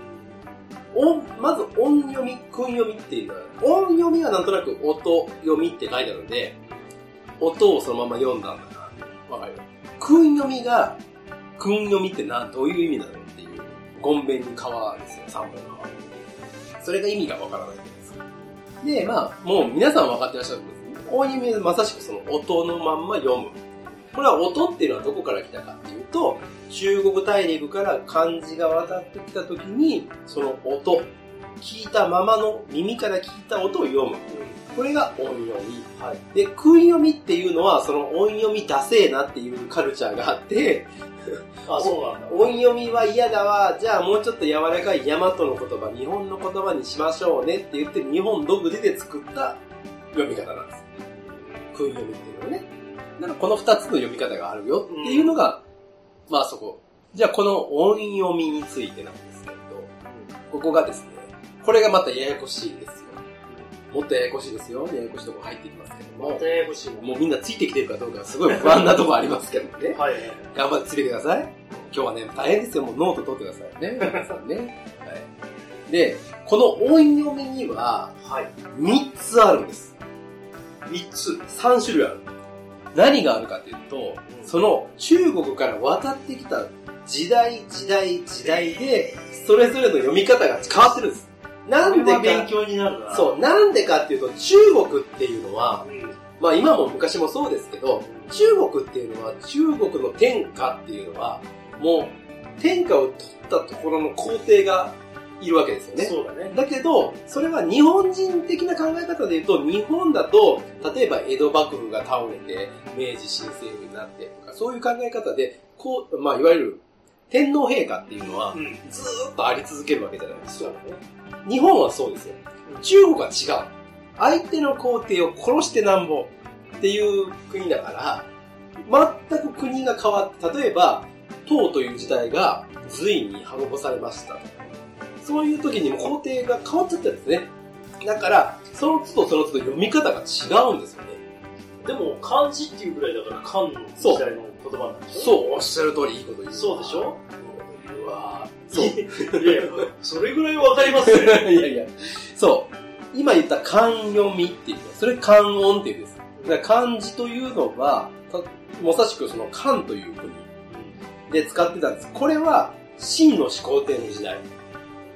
Speaker 3: 音まず音読み、訓読みっていうのは、音読みはなんとなく音読みって書いてあるんで、音をそのまま読んだんだな。わかる。訓読みが、訓読みってな、どういう意味なのっていう、ゴンベンに川ですよ、三本の川。それが意味がわからないじゃないですか。で、まあ、もう皆さん分かってらっしゃると思うんですけど、音読みはまさしくその音のまんま読む。これは音っていうのはどこから来たかっていうと、中国大陸から漢字が渡ってきた時に、その音、聞いたままの耳から聞いた音を読む。これが音読み。
Speaker 2: はい
Speaker 3: で、訓読みっていうのは、その音読みダセーなっていうカルチャーがあって、
Speaker 2: あ、そうなんだ。
Speaker 3: 音読みは嫌だわ、じゃあもうちょっと柔らかい大和の言葉、日本の言葉にしましょうねって言って、日本独自で作った読み方なんです。訓読みっていうのはね。だからこの二つの読み方があるよっていうのが、まあそこ。じゃあこの音読みについてなんですけれど、ここがですね、これがまたややこしいですよ。もっとややこしいですよ。ややこしいとこ入ってきますけど
Speaker 2: ま
Speaker 3: も
Speaker 2: た。ややこしいな。
Speaker 3: もうみんなついてきてるかどうかすごい不安なとこありますけどね。
Speaker 2: はい。
Speaker 3: 頑張ってついてください。今日はね、大変ですよ。もうノート取ってください
Speaker 2: (laughs)
Speaker 3: ね。皆さんね。はい。で、この音読みには
Speaker 2: はい。
Speaker 3: 3つあるんです。
Speaker 2: 三つ。
Speaker 3: 3種類ある。何があるかというと、その中国から渡ってきた時代時代時代で、それぞれの読み方が変わってるんです。なんで
Speaker 2: これは勉
Speaker 3: か、
Speaker 2: 強になるな。
Speaker 3: そう、なんでかっていうと、中国っていうのは、
Speaker 2: うん。
Speaker 3: まあ今も昔もそうですけど、中国っていうのは、中国の天下っていうのは、もう、天下を取ったところの皇帝がいるわけですよね。
Speaker 2: そうだね。
Speaker 3: だけど、それは日本人的な考え方で言うと、日本だと、例えば江戸幕府が倒れて、明治新政府になってとか、そういう考え方で、こう、まあ、いわゆる、天皇陛下っていうのは
Speaker 2: う、ん。
Speaker 3: ずーっとあり続けるわけじゃないです
Speaker 2: そ
Speaker 3: か
Speaker 2: う。だね。
Speaker 3: 日本はそうですよ。中国は違う。相手の皇帝を殺してなんぼっていう国だから、全く国が変わって、例えば、唐という時代が隋に滅ぼされました。そういう時にも皇帝が変わっちゃったんですね。だから、その都度その都度読み方が違うんですよね。
Speaker 2: でも、漢字っていうぐらいだから、漢の時代の言葉なんでしょ
Speaker 3: そう、おっしゃる通りいいこと言う。
Speaker 2: そうでしょ
Speaker 3: うわーそう。
Speaker 2: いやいや、それぐらいわかりますね。
Speaker 3: (laughs) いやいや、そう。今言った漢読みっていうのそれ漢音っていうんです。だから漢字というのは、たまさしくその漢という国で使ってたんです。これは、秦の始皇帝の時代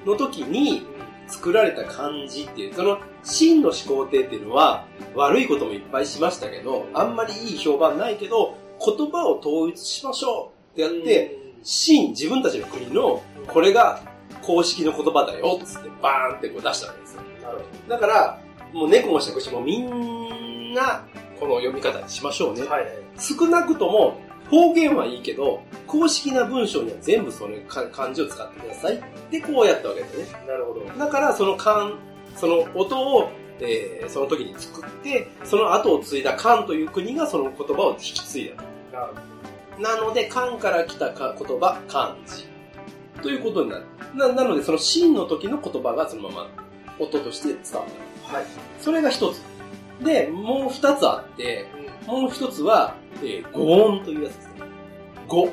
Speaker 3: の時に作られた漢字っていう、その秦の始皇帝っていうのは、悪いこともいっぱいしましたけど、あんまりいい評判ないけど、言葉を統一しましょうってやって、秦、自分たちの国の、これが公式の言葉だよ、つってバーンってこう出したわけですよ。
Speaker 2: うん、なるほ
Speaker 3: だから、もう猫も借子もみんな、この読み方にしましょうね。
Speaker 2: ど。はいはい。
Speaker 3: 少なくとも、方言はいいけど、公式な文章には全部そのか漢字を使ってくださいってこうやったわけですね。
Speaker 2: なるほど。
Speaker 3: だから、その漢、その音を、えーその時に作って、その後を継いだ漢という国がその言葉を引き継いだ。
Speaker 2: なる
Speaker 3: なので、漢から来たか言葉、漢字。ということになる。ななので、その真の時の言葉がそのまま音として伝わった。
Speaker 2: はい。
Speaker 3: それが一つ。で、もう二つあって、もう一つは、えー、語音というやつですね。語。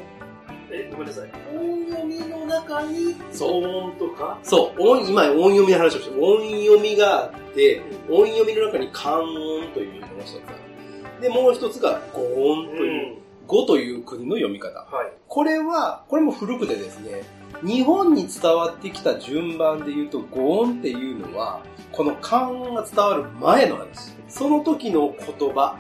Speaker 2: え、ごめんなさい。
Speaker 3: 音読みの中に、そう。
Speaker 2: 騒音とか、
Speaker 3: そう、音、今音読みの話をしてる、音読みがあって、音読みの中に漢音というのが一つある。で、もう一つが語音という、語という国の読み方。
Speaker 2: はい。
Speaker 3: これは、これも古くてですね、日本に伝わってきた順番で言うと、語音っていうのは、この漢音が伝わる前の話。その時の言葉。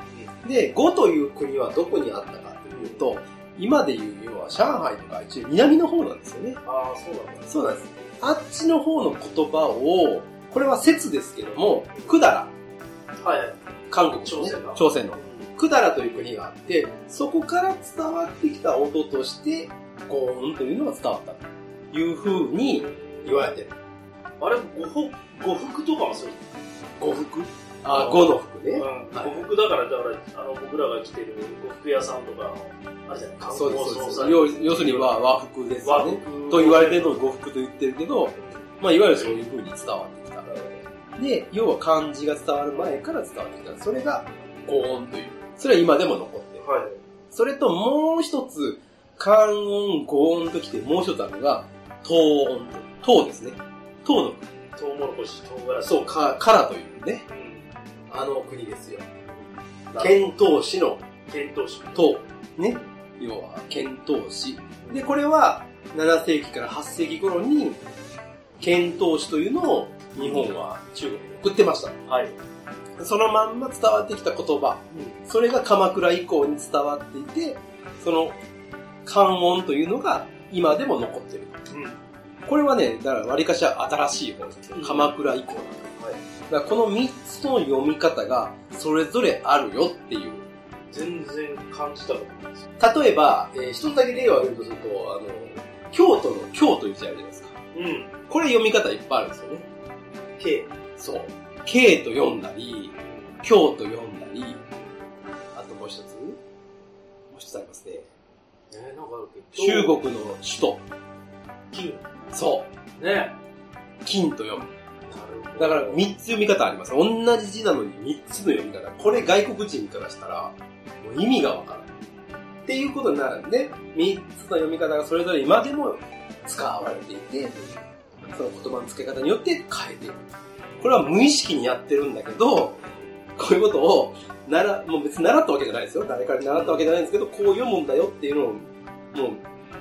Speaker 3: で、語という国はどこにあったかというと、今で言う要は上海とか一応南の方なんですよね。
Speaker 2: ああ、そうなんだ。
Speaker 3: そうなんです。あっちの方の言葉を、これは説ですけども、百済、
Speaker 2: はいはい。
Speaker 3: 韓国、
Speaker 2: 朝鮮の
Speaker 3: 朝鮮の。百済という国があって、そこから伝わってきた音として、ゴーンというのが伝わったという風に言われてる。
Speaker 2: あれ、五福、五福とかもそうです。
Speaker 3: 五福あ、五の福
Speaker 2: うん
Speaker 3: ね。。
Speaker 2: 五福だから、だから、あの、僕らが来てる五福屋さんとかの、あれじゃない、観
Speaker 3: そう
Speaker 2: 光
Speaker 3: です、そう
Speaker 2: 総
Speaker 3: です
Speaker 2: 裁。
Speaker 3: 要。要するに和和服です
Speaker 2: 和
Speaker 3: よ
Speaker 2: 福
Speaker 3: ね。と言われてるのを五福と言ってるけど、まあ、いわゆるそういう風に伝わってきた。で、要は漢字が伝わる前から伝わってきた。それが、語音という。それは今でも残ってる。
Speaker 2: はい。
Speaker 3: それともう一つ、漢音、語音ときて、もう一つあるのが、唐音と。唐ですね。唐の国。
Speaker 2: トウモロコシ、唐辛子。
Speaker 3: そう、か、からというね。
Speaker 2: うん。
Speaker 3: あの国ですよ。
Speaker 2: 剣、
Speaker 3: 遣唐使の
Speaker 2: 剣闘士。
Speaker 3: 唐。ね。要は、遣唐使。で、これは、7世紀から8世紀頃に、遣唐使というのを、日本は中国に送ってました。
Speaker 2: はい。
Speaker 3: そのまんま伝わってきた言葉、それが鎌倉以降に伝わっていて、その漢音というのが今でも残ってる。
Speaker 2: うん。
Speaker 3: これはね、だから割かしは新しい方ですよ
Speaker 2: うん
Speaker 3: 鎌倉以降なんです。
Speaker 2: はい
Speaker 3: だからこの3つの読み方がそれぞれあるよっていう。
Speaker 2: 全然感じたことないです。
Speaker 3: 例えば、えー一つだけ例を挙げるとすると、あの、京都の京という字あるじゃないですか。
Speaker 2: うん。
Speaker 3: これ読み方いっぱいあるんですよね。
Speaker 2: K。
Speaker 3: そう。K と読んだり、京と読んだり、あともう一つもう一つありますね。
Speaker 2: えー、なんかあるっけ
Speaker 3: 中国の首都。
Speaker 2: 金。ね
Speaker 3: そう。
Speaker 2: な
Speaker 3: 金と読む。
Speaker 2: るほど。
Speaker 3: だから三つ読み方あります。同じ字なのに三つの読み方。これ外国人からしたら、もう意味がわからない。っていうことになるんで、三つの読み方がそれぞれ今でも使われていて、その言葉の付け方によって変えていく。これは無意識にやってるんだけど、こういうことを、なら、もう別に習ったわけじゃないですよ。誰から習ったわけじゃないんですけど、こう読むんだよっていうのを、もう、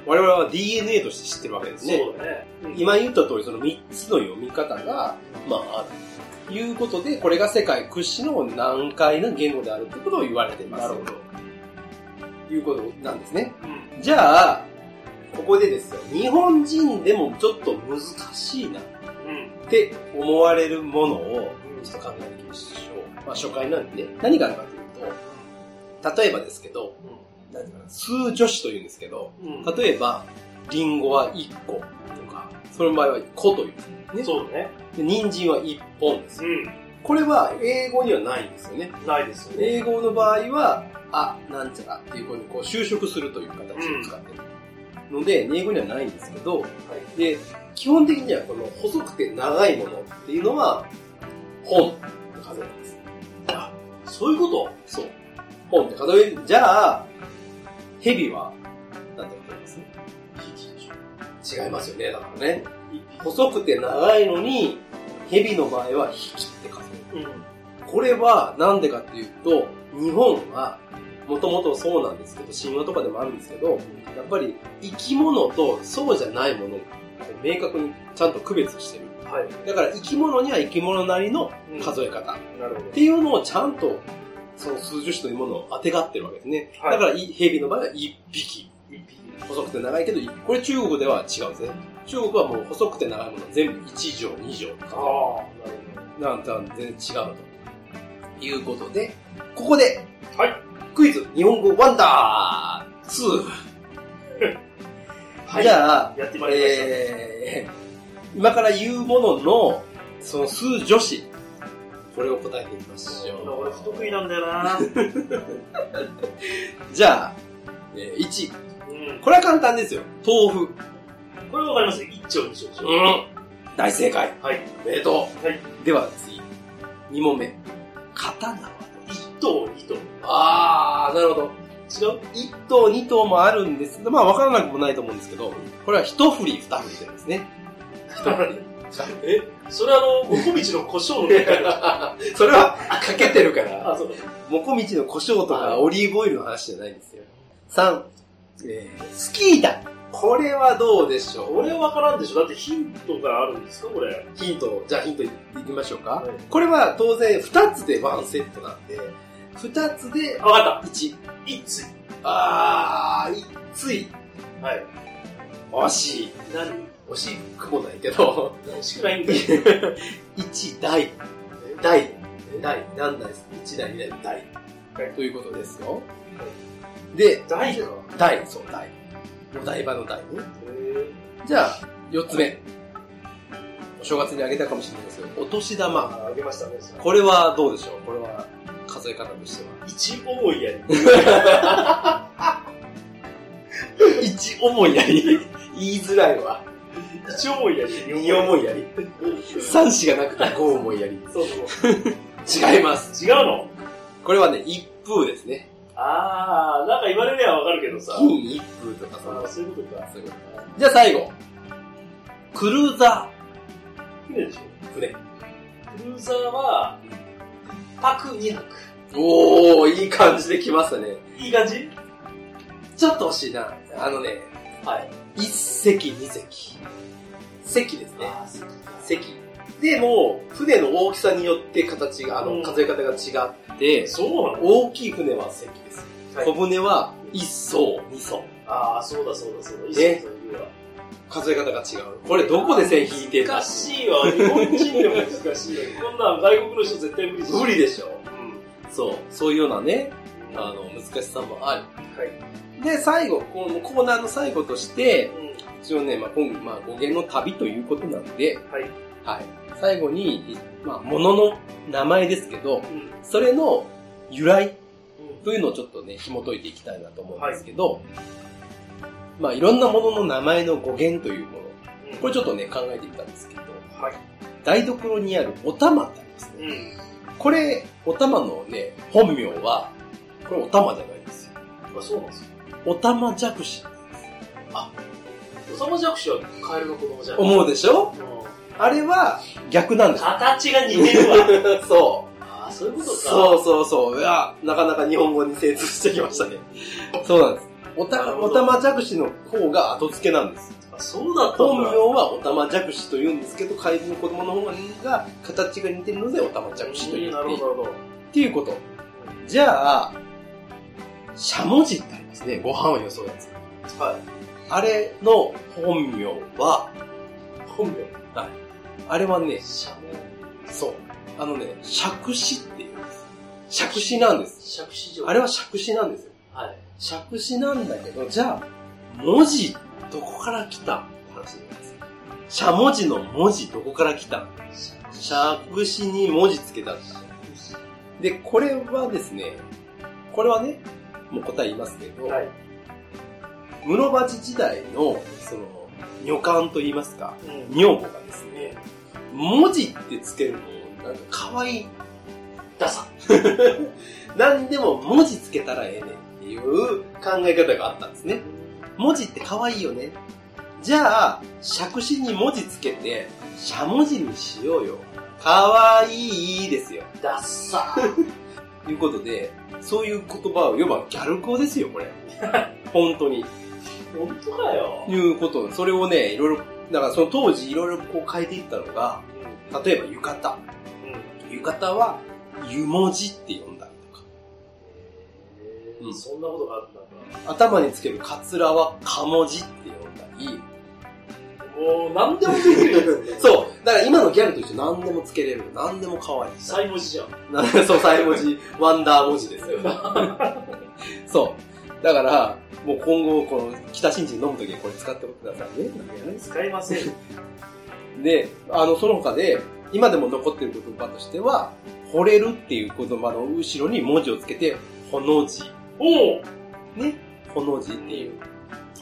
Speaker 3: 我々は DNA として知ってるわけですね。
Speaker 2: そうだね。うん
Speaker 3: 今言った通り、その3つの読み方が、まあ、ある。ということで、これが世界屈指の難解な言語であるってことを言われています。
Speaker 2: なるほど。
Speaker 3: いうことなんですね。
Speaker 2: うん
Speaker 3: じゃあ、ここでですよ、日本人でもちょっと難しいなっ
Speaker 2: うん。
Speaker 3: て思われるものを、ちょっと考えていきましょう。まあ、初回なんでね、何があるかというと、例えばですけど、なんていうかな数助詞というんですけど、
Speaker 2: うん。うん。
Speaker 3: 例えば、リンゴは1個とか、その場合は個という。ね、
Speaker 2: そうだね。
Speaker 3: で人参は1本ですよ。
Speaker 2: う
Speaker 3: これは英語にはないんですよね。
Speaker 2: ん。ないですよね。
Speaker 3: 英語の場合は、あ、なんちゃらっていうふうにこう就職するという形を使ってるので、英語にはないんですけど、で、基本的にはこの細くて長いものっていうのは、本って数えるんです。あ、そういうことそう。本って数える。じゃあ、蛇は、なんてことです違いますよね、だからね。細くて長いのに、蛇の場合は、引きって数える。
Speaker 2: うん。
Speaker 3: これはなんでかっていうと、日本は、もともとそうなんですけど、神話とかでもあるんですけど、やっぱり生き物とそうじゃないものを明確にちゃんと区別してる。
Speaker 2: はい。
Speaker 3: だから生き物には生き物なりの数え方っ
Speaker 2: なるほど。
Speaker 3: ていうのをちゃんと、その数十種というものを当てがってるわけですね。
Speaker 2: はい
Speaker 3: だからい蛇の場合は一匹。
Speaker 2: 一匹。
Speaker 3: 細くて長いけど、一匹これ中国では違うんですね。中国はもう細くて長いものは全部1条2条と
Speaker 2: ああ
Speaker 3: か。、
Speaker 2: なるほ
Speaker 3: なんとは全然違うと。いうことで、ここで、
Speaker 2: はい
Speaker 3: クイズ、日本語ワンダー 2!
Speaker 2: ど。 (laughs) はい。
Speaker 3: じゃあ、
Speaker 2: やってまいりました。
Speaker 3: えー、今から言うものの、その数女子、これを答えてみましょ
Speaker 2: 俺不得意
Speaker 3: う。
Speaker 2: なんだよ
Speaker 3: (laughs)
Speaker 2: な
Speaker 3: じゃあ、えー、1。
Speaker 2: うん。
Speaker 3: これは簡単ですよ。豆腐。
Speaker 2: これわかります一丁二丁でしょ
Speaker 3: ん。大正解。
Speaker 2: はい。
Speaker 3: おめでと
Speaker 2: はい。
Speaker 3: う。では次、2問目。刀は
Speaker 2: 一頭二頭。 (laughs)
Speaker 3: あー、なるほど。
Speaker 2: 違う
Speaker 3: 一頭二頭もあるんですけど、まあ分からなくもないと思うんですけど、これは一振り二振りですね。
Speaker 2: えそれあの、もこみちの胡椒の中で。
Speaker 3: (laughs) それはかけてるから、
Speaker 2: あ、そうだ。
Speaker 3: もこみちの胡椒とかオリーブオイルの話じゃないんですよ。三、えー、スキーだこれはどうでしょ
Speaker 2: こ
Speaker 3: う
Speaker 2: れわからんでしょだってヒントがあるんですかこれ。
Speaker 3: ヒント、じゃあヒントいきましょうか。
Speaker 2: はい
Speaker 3: これは当然二つでワンセットなんで、二つで
Speaker 2: あわかっ
Speaker 3: 一。
Speaker 2: た。一つ。
Speaker 3: あー、いつい。
Speaker 2: はい。
Speaker 3: 惜しい。
Speaker 2: 何
Speaker 3: 惜しくもないけど。 (laughs)
Speaker 2: 欲しくないんだよ。
Speaker 3: 一台、台、台、何台です一台、二台、台。ということですよ。で、
Speaker 2: 大丈
Speaker 3: 台、そう、台。お台場の台ね。
Speaker 2: 夫
Speaker 3: じゃあ、四つ目。お正月にあげたかもしれないですけど、お年玉。
Speaker 2: あ、あげましたね。
Speaker 3: これはどうでしょうこれは、数え方としては。
Speaker 2: 一思いやり。
Speaker 3: (laughs) 一思いやり。言いづらいわ。
Speaker 2: 一思いやり。
Speaker 3: 二思いやり。三子がなくて五思いやり。
Speaker 2: そうそう。
Speaker 3: 違います。
Speaker 2: 違うの
Speaker 3: これはね、一風ですね。
Speaker 2: あー、なんか言われりゃわかるけどさ。
Speaker 3: 金一風とかそ
Speaker 2: あ
Speaker 3: の
Speaker 2: ー、そういうことか。
Speaker 3: そういうことじゃあ最後。クルーザ
Speaker 2: 船でしょ
Speaker 3: ー。船。
Speaker 2: クルーザーは、パク2泊。
Speaker 3: おー、いい感じで来ましたね。
Speaker 2: いい感じ
Speaker 3: ちょっと惜しいな。あのね、
Speaker 2: はい。
Speaker 3: 一隻二隻。隻ですね。
Speaker 2: ああ、そう
Speaker 3: 隻。でも、船の大きさによって形が、あ
Speaker 2: うん
Speaker 3: の、数え方が違って、
Speaker 2: そうなの
Speaker 3: 大きい船は隻です。
Speaker 2: はい
Speaker 3: 小船は一艘、二艘。
Speaker 2: ああ、そうだそうだそうだ。
Speaker 3: ね
Speaker 2: そういうわ
Speaker 3: 数え方が違う。これどこで線引いてんだ
Speaker 2: 難しいわ。日本人でも難しいよ。こんなん外国の人絶対無理し
Speaker 3: 無理でしょ
Speaker 2: うん。
Speaker 3: そう。そういうようなね、あ
Speaker 2: は
Speaker 3: の、難しさもある。
Speaker 2: い。
Speaker 3: で、最後、このコーナーの最後として、
Speaker 2: う
Speaker 3: 一応ね、まあ、今まあ、語源の旅ということなんで、
Speaker 2: ん。はい。
Speaker 3: はい。最後に、まあ、物の名前ですけど、
Speaker 2: うん。
Speaker 3: それの由来
Speaker 2: うん。
Speaker 3: というのをちょっとね、紐解いていきたいなと思うんですけど、まあ、いろんなものの名前の語源というもの、これちょっとね、考えてみたんですけど、
Speaker 2: はい。
Speaker 3: 台所にあるお玉ってありますね。
Speaker 2: うん。
Speaker 3: これ、お玉のね、本名は、これお玉じゃないんですよ。
Speaker 2: あ、そうなんですよ。
Speaker 3: お玉じゃくし。
Speaker 2: おさまじゃくしはカエルの子供じゃん。
Speaker 3: 思うでしょ
Speaker 2: うん
Speaker 3: あれは逆なんですよ。
Speaker 2: 形が似てるわ。
Speaker 3: そう。
Speaker 2: ああ、そういうことか。
Speaker 3: そうそうそう。いや、なかなか日本語に精通してきましたね。そうなんです。お
Speaker 2: なる
Speaker 3: た、
Speaker 2: ほ
Speaker 3: お
Speaker 2: ど
Speaker 3: たまじゃくしの方が後付けなんです。
Speaker 2: あそうだった
Speaker 3: 本
Speaker 2: ん
Speaker 3: 名
Speaker 2: だ。
Speaker 3: はおたまじゃくしと言うんですけど、怪獣の子供の方が形が似てるのでおたまじゃくしと
Speaker 2: う
Speaker 3: 言
Speaker 2: ん
Speaker 3: う。
Speaker 2: なるほど、なるほど。
Speaker 3: っていうこと。じゃあ、しゃもじってありますね。ご飯をよそうやつ。
Speaker 2: はい。
Speaker 3: あれの本名は、
Speaker 2: 本名。
Speaker 3: あれはね、
Speaker 2: しゃも
Speaker 3: そう。あのね、杓子っていうんです。杓子なんです。
Speaker 2: しゃくし状
Speaker 3: あれは杓子なんですよ。
Speaker 2: はい。
Speaker 3: 杓子なんだけど、じゃあ、文字、どこから来たって話になります。しゃもじの文字、どこから来た
Speaker 2: しゃくし。
Speaker 3: 杓子に文字つけたんだ。で、これはですね、これはね、もう答え言いますけど、
Speaker 2: はい。
Speaker 3: 室町時代の、その、女官と言いますか、
Speaker 2: うん。
Speaker 3: 女房がです
Speaker 2: ね
Speaker 3: ね、文字ってつけるの、なんか可愛い。 (laughs)
Speaker 2: ダサ。
Speaker 3: 何でも文字つけたらええねんっていう考え方があったんですね。文字って可愛いよね。じゃあ、杓子に文字つけて、しゃもじにしようよ。可愛いですよ。
Speaker 2: ダッサ。
Speaker 3: ということで、そういう言葉を、要はギャル語ですよ、これ。 (laughs) 本当に。
Speaker 2: 本当かよ。
Speaker 3: いうこと、それをね、いろいろ、だからその当時いろいろこう変えていったのが、例えば浴衣。
Speaker 2: うん。
Speaker 3: 浴衣は、湯文字って呼んだりとか、
Speaker 2: う。
Speaker 3: うんん
Speaker 2: そんなことがあったんだ。
Speaker 3: 頭につけるカツラは、かもじって呼んだり、
Speaker 2: もう、なんでもできるやつね
Speaker 3: そう、だから今のギャルと一緒何でもつけれる。何でも可愛い。
Speaker 2: サイ文字じゃん。
Speaker 3: な (laughs) そう、サイ文字、ワンダー文字ですよ。 (laughs) そう。だから、もう今後、この、北新地飲むときはこれ使ってくださいね。
Speaker 2: 使いません。
Speaker 3: で、あの、その他で、今でも残ってる言葉としては、惚れるっていう言葉の後ろに文字をつけて、ほの字、
Speaker 2: おお
Speaker 3: ね、ほの字っていう。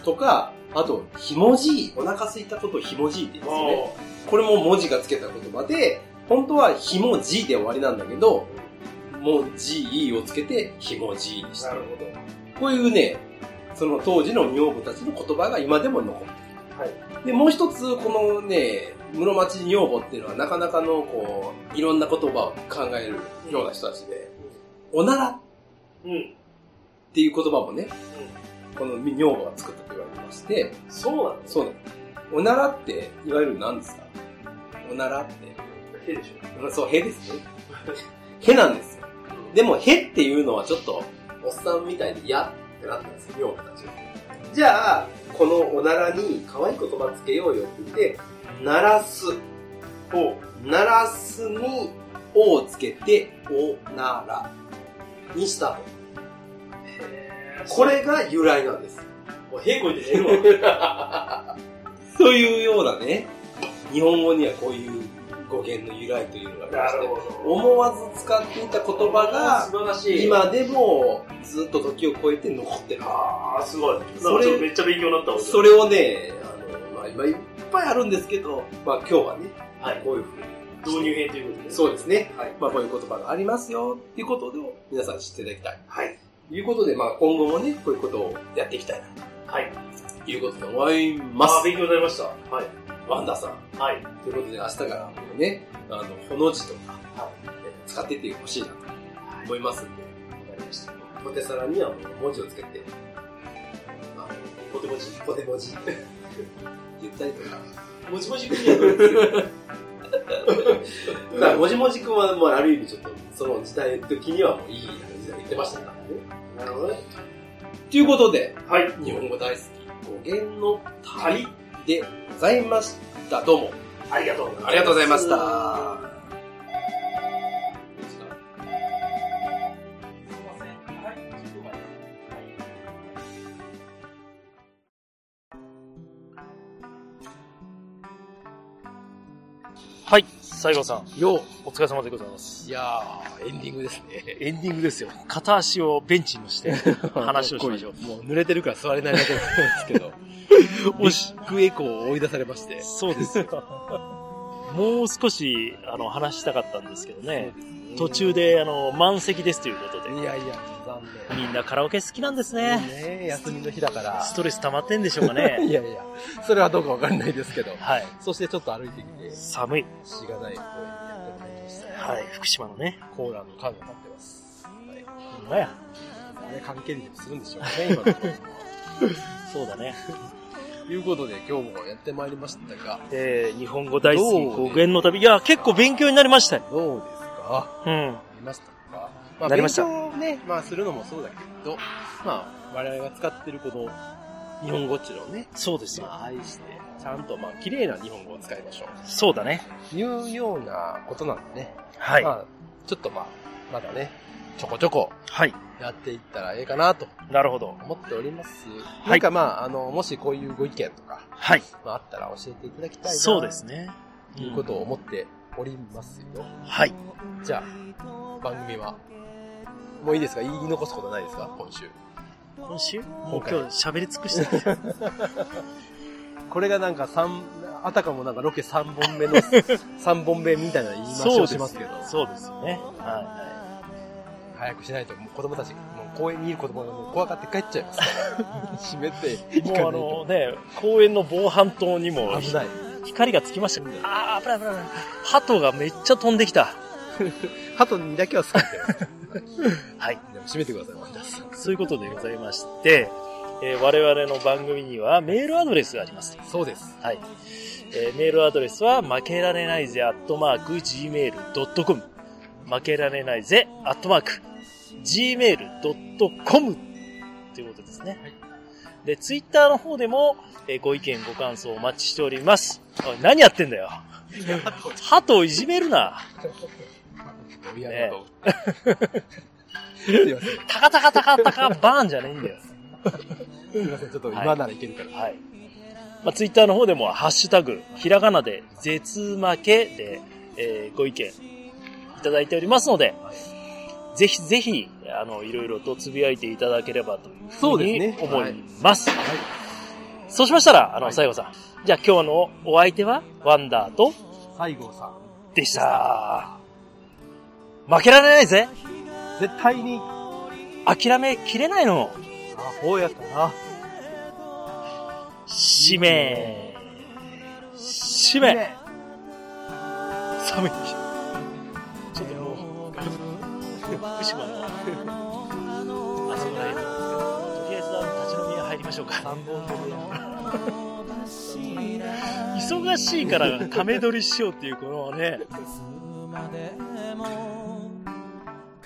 Speaker 3: とか、あと、ひもじい、お腹空いたことをひもじいって言いますよね。これも文字がつけた言葉で、本当はひもじいで終わりなんだけど、もうじいをつけて、ひもじいにした
Speaker 2: な。るほど。
Speaker 3: こういうね、その当時の女房たちの言葉が今でも残って
Speaker 2: はい。
Speaker 3: る。で、もう一つ、このね、室町女房っていうのはなかなかの、こう、いろんな言葉を考えるような人たちで、おならっ
Speaker 2: うん。
Speaker 3: ていう言葉もね、この女房が作ったと言われてまして、
Speaker 2: そうなんです。
Speaker 3: そうなの。おならって、いわゆる何ですかおならって。
Speaker 2: へでし
Speaker 3: そう、へですね。へなんですよ。
Speaker 2: ょ。
Speaker 3: でも、へっていうのはちょっと、おっさんみたいで嫌ってなったんですよ、女房たちは。じゃあ、このおならに可愛い言葉つけようよって言って、鳴らす。を、鳴らすに、おをつけて、おなら。にしたと。
Speaker 2: へー
Speaker 3: こ、れが由来なんです。
Speaker 2: もう、へこいて寝るわ。
Speaker 3: (laughs) そういうようなね、日本語にはこういう語源の由来というのがありまして、
Speaker 2: ほ
Speaker 3: 思わず使っていた言葉
Speaker 2: 素晴ら
Speaker 3: が、
Speaker 2: しい。。
Speaker 3: 今でもずっと時を超えて残ってる。
Speaker 2: ああ、すごい。なんかち
Speaker 3: それ
Speaker 2: ょっとめっちゃ勉強になったわ。
Speaker 3: それをね、あの、まあ今いっぱいあるんですけど、まあ今日はね、
Speaker 2: はい。
Speaker 3: こういうふうに。
Speaker 2: 導入編ということで。う。
Speaker 3: そうですね。
Speaker 2: はい。
Speaker 3: まあこういう言葉がありますよっていうことを皆さん知っていただきたい。
Speaker 2: はい。
Speaker 3: ということで、まあ今後もね、こういうことをやっていきたいな
Speaker 2: はい。
Speaker 3: ということで思いま
Speaker 2: ああ、
Speaker 3: す。
Speaker 2: 勉強になりました。はい。
Speaker 3: ワンダさん。
Speaker 2: はい。
Speaker 3: ということで、明日からもうね、あの、ほの字とか、
Speaker 2: は
Speaker 3: えー使っていってほしいなと思いますんで、
Speaker 2: わかりました。
Speaker 3: ポテサラにはもう文字をつけて、あ
Speaker 2: ポテもち。
Speaker 3: の、ポテ文字って言ったりとか。
Speaker 2: もちもちくんやと思うんですよ
Speaker 3: (laughs) だから、もじもじくんは、もうある意味ちょっと、その時代の時にはもういい時代言ってましたからね。
Speaker 2: なるほどね。
Speaker 3: ということで、
Speaker 2: はい。
Speaker 3: 日本語大好き、語源の
Speaker 2: 旅
Speaker 3: 旅でございました。どうも。
Speaker 2: ありがとうございます。
Speaker 3: ありがとうございました。どうですか
Speaker 2: すいません。はい。ちょっと待ってはいはい、西郷さん、
Speaker 3: よう、
Speaker 2: お疲れ様でございます。
Speaker 3: いやー、エンディングですね。
Speaker 2: エンディングですよ。片足をベンチに
Speaker 3: (laughs)
Speaker 2: して、話をしましょう
Speaker 3: もう濡れてるから座れないだけなんです
Speaker 2: (laughs)
Speaker 3: けど、
Speaker 2: 惜しい
Speaker 3: ビッグエコーを追い出されまして。
Speaker 2: そうですよ。もう少し、あの、話したかったんですけどね。途中で、あの、満席ですということで。
Speaker 3: いやいや、残
Speaker 2: みんなカラオケ好きなんです
Speaker 3: 念。
Speaker 2: ね。
Speaker 3: ね休みの日だから。
Speaker 2: ストレス溜まってんでしょうかね。
Speaker 3: いやいや、それはどうかわかんないですけど。
Speaker 2: はい。
Speaker 3: そしてちょっと歩いてきて、
Speaker 2: 寒い。
Speaker 3: しがない公園にやってまいりました。
Speaker 2: はい。福島のね。
Speaker 3: コーラの缶が立ってます。はい。
Speaker 2: ほんまや。 (laughs)
Speaker 3: あれ関係にするんでしょうね、今のところ。
Speaker 4: そうだね。
Speaker 3: ということで、今日もやってまいりましたが、
Speaker 4: えー、日本語大好き語源の旅。いや、結構勉強になりましたよ。
Speaker 3: どうですか
Speaker 4: うん。
Speaker 3: ありましたかまあ、
Speaker 4: なり
Speaker 3: 勉
Speaker 4: ました
Speaker 3: 強をね、まあ、するのもそうだけど、まあ、我々が使ってるこの、日本語っていうのをね、
Speaker 4: そうですよ。
Speaker 3: まあ、愛して、ちゃんと、まあ、綺麗な日本語を使いましょう。
Speaker 4: そうだね。
Speaker 3: というようなことなんでね、
Speaker 4: はい。
Speaker 3: まあ、ちょっとまあ、まだね、ちょこちょこ
Speaker 4: はい。
Speaker 3: やっていったらええかなと
Speaker 4: なるほど。
Speaker 3: 思っております。
Speaker 4: い
Speaker 3: なんかまあ、あの、もしこういうご意見とか、
Speaker 4: はい。
Speaker 3: まあ、あったら教えていただきたいな
Speaker 4: そうですね。
Speaker 3: ということを思っておりますよ。
Speaker 4: うん。はい。
Speaker 3: じゃあ、番組は、もういいですか言い残すことないですか今週。
Speaker 4: 今週もう
Speaker 3: 今回
Speaker 4: 今日喋り尽く (laughs) してる。
Speaker 3: これがなんか三あたかもなんかロケ3本 (laughs) 目の、3本目みたいな言い回しをしますけど、
Speaker 4: そうですよね。は
Speaker 3: 早くしないともう子供たち、もう公園にいる子供がもう怖がって帰っちゃいますから、閉めて
Speaker 4: い。
Speaker 3: 行かない
Speaker 4: もうあ
Speaker 3: と
Speaker 4: のね、公園の防犯灯にも
Speaker 3: 危ない。
Speaker 4: 光がつきました。ああ、危ない危ない危ない。鳩がめっちゃ飛んできた。
Speaker 3: 鳩にだけは好きだよ。 (laughs)
Speaker 4: はい。
Speaker 3: でも閉めてください、マリダス
Speaker 4: そういうことでございまして、えー我々の番組にはメールアドレスがあります。
Speaker 3: そうです。
Speaker 4: はい。えーメールアドレスは、負けられないぜ、アットマーク、gmail.com。負けられないぜ、アットマーク、gmail.com。ということですね。
Speaker 3: はい
Speaker 4: で、ツイッターの方でも、えーご意見、ご感想をお待ちしております。おい、何やってんだよ。鳩をいじめるな。
Speaker 3: 飛び上がると。 (laughs) すいません。
Speaker 4: タカタカタカタカ、バーンじゃねえんだよ。
Speaker 3: すいません。ちょっと今ならいけるから。
Speaker 4: はい。まあ、ツイッターの方でも、ハッシュタグ、ひらがなで、絶負けで、えーご意見いただいておりますので、ぜひぜひ、あの、いろいろとつぶやいていただければというふ
Speaker 3: そう
Speaker 4: うに
Speaker 3: ですね
Speaker 4: 思います。そう,、しましたら、あの、
Speaker 3: はい
Speaker 4: 最後さん。じゃあ今日のお相手は、ワンダーと、
Speaker 3: 西郷さん、
Speaker 4: でした。負けられないぜ
Speaker 3: 絶対に、
Speaker 4: 諦めきれないの
Speaker 3: あ、ほうやったな。
Speaker 4: 使命使命寒いちょっともう福島のあそこら辺のとりあえずあの立ち飲み屋入りましょうか
Speaker 3: 三本飛びや。
Speaker 4: 忙しいから亀取りしようっていうこのね
Speaker 5: までも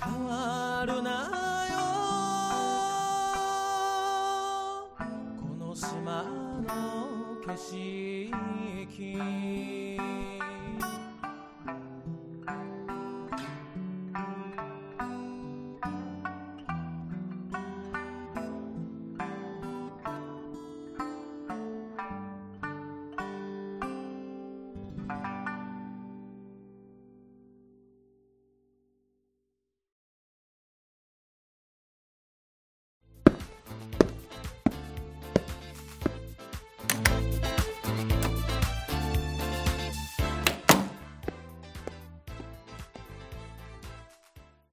Speaker 5: 変わるなよこの島の景色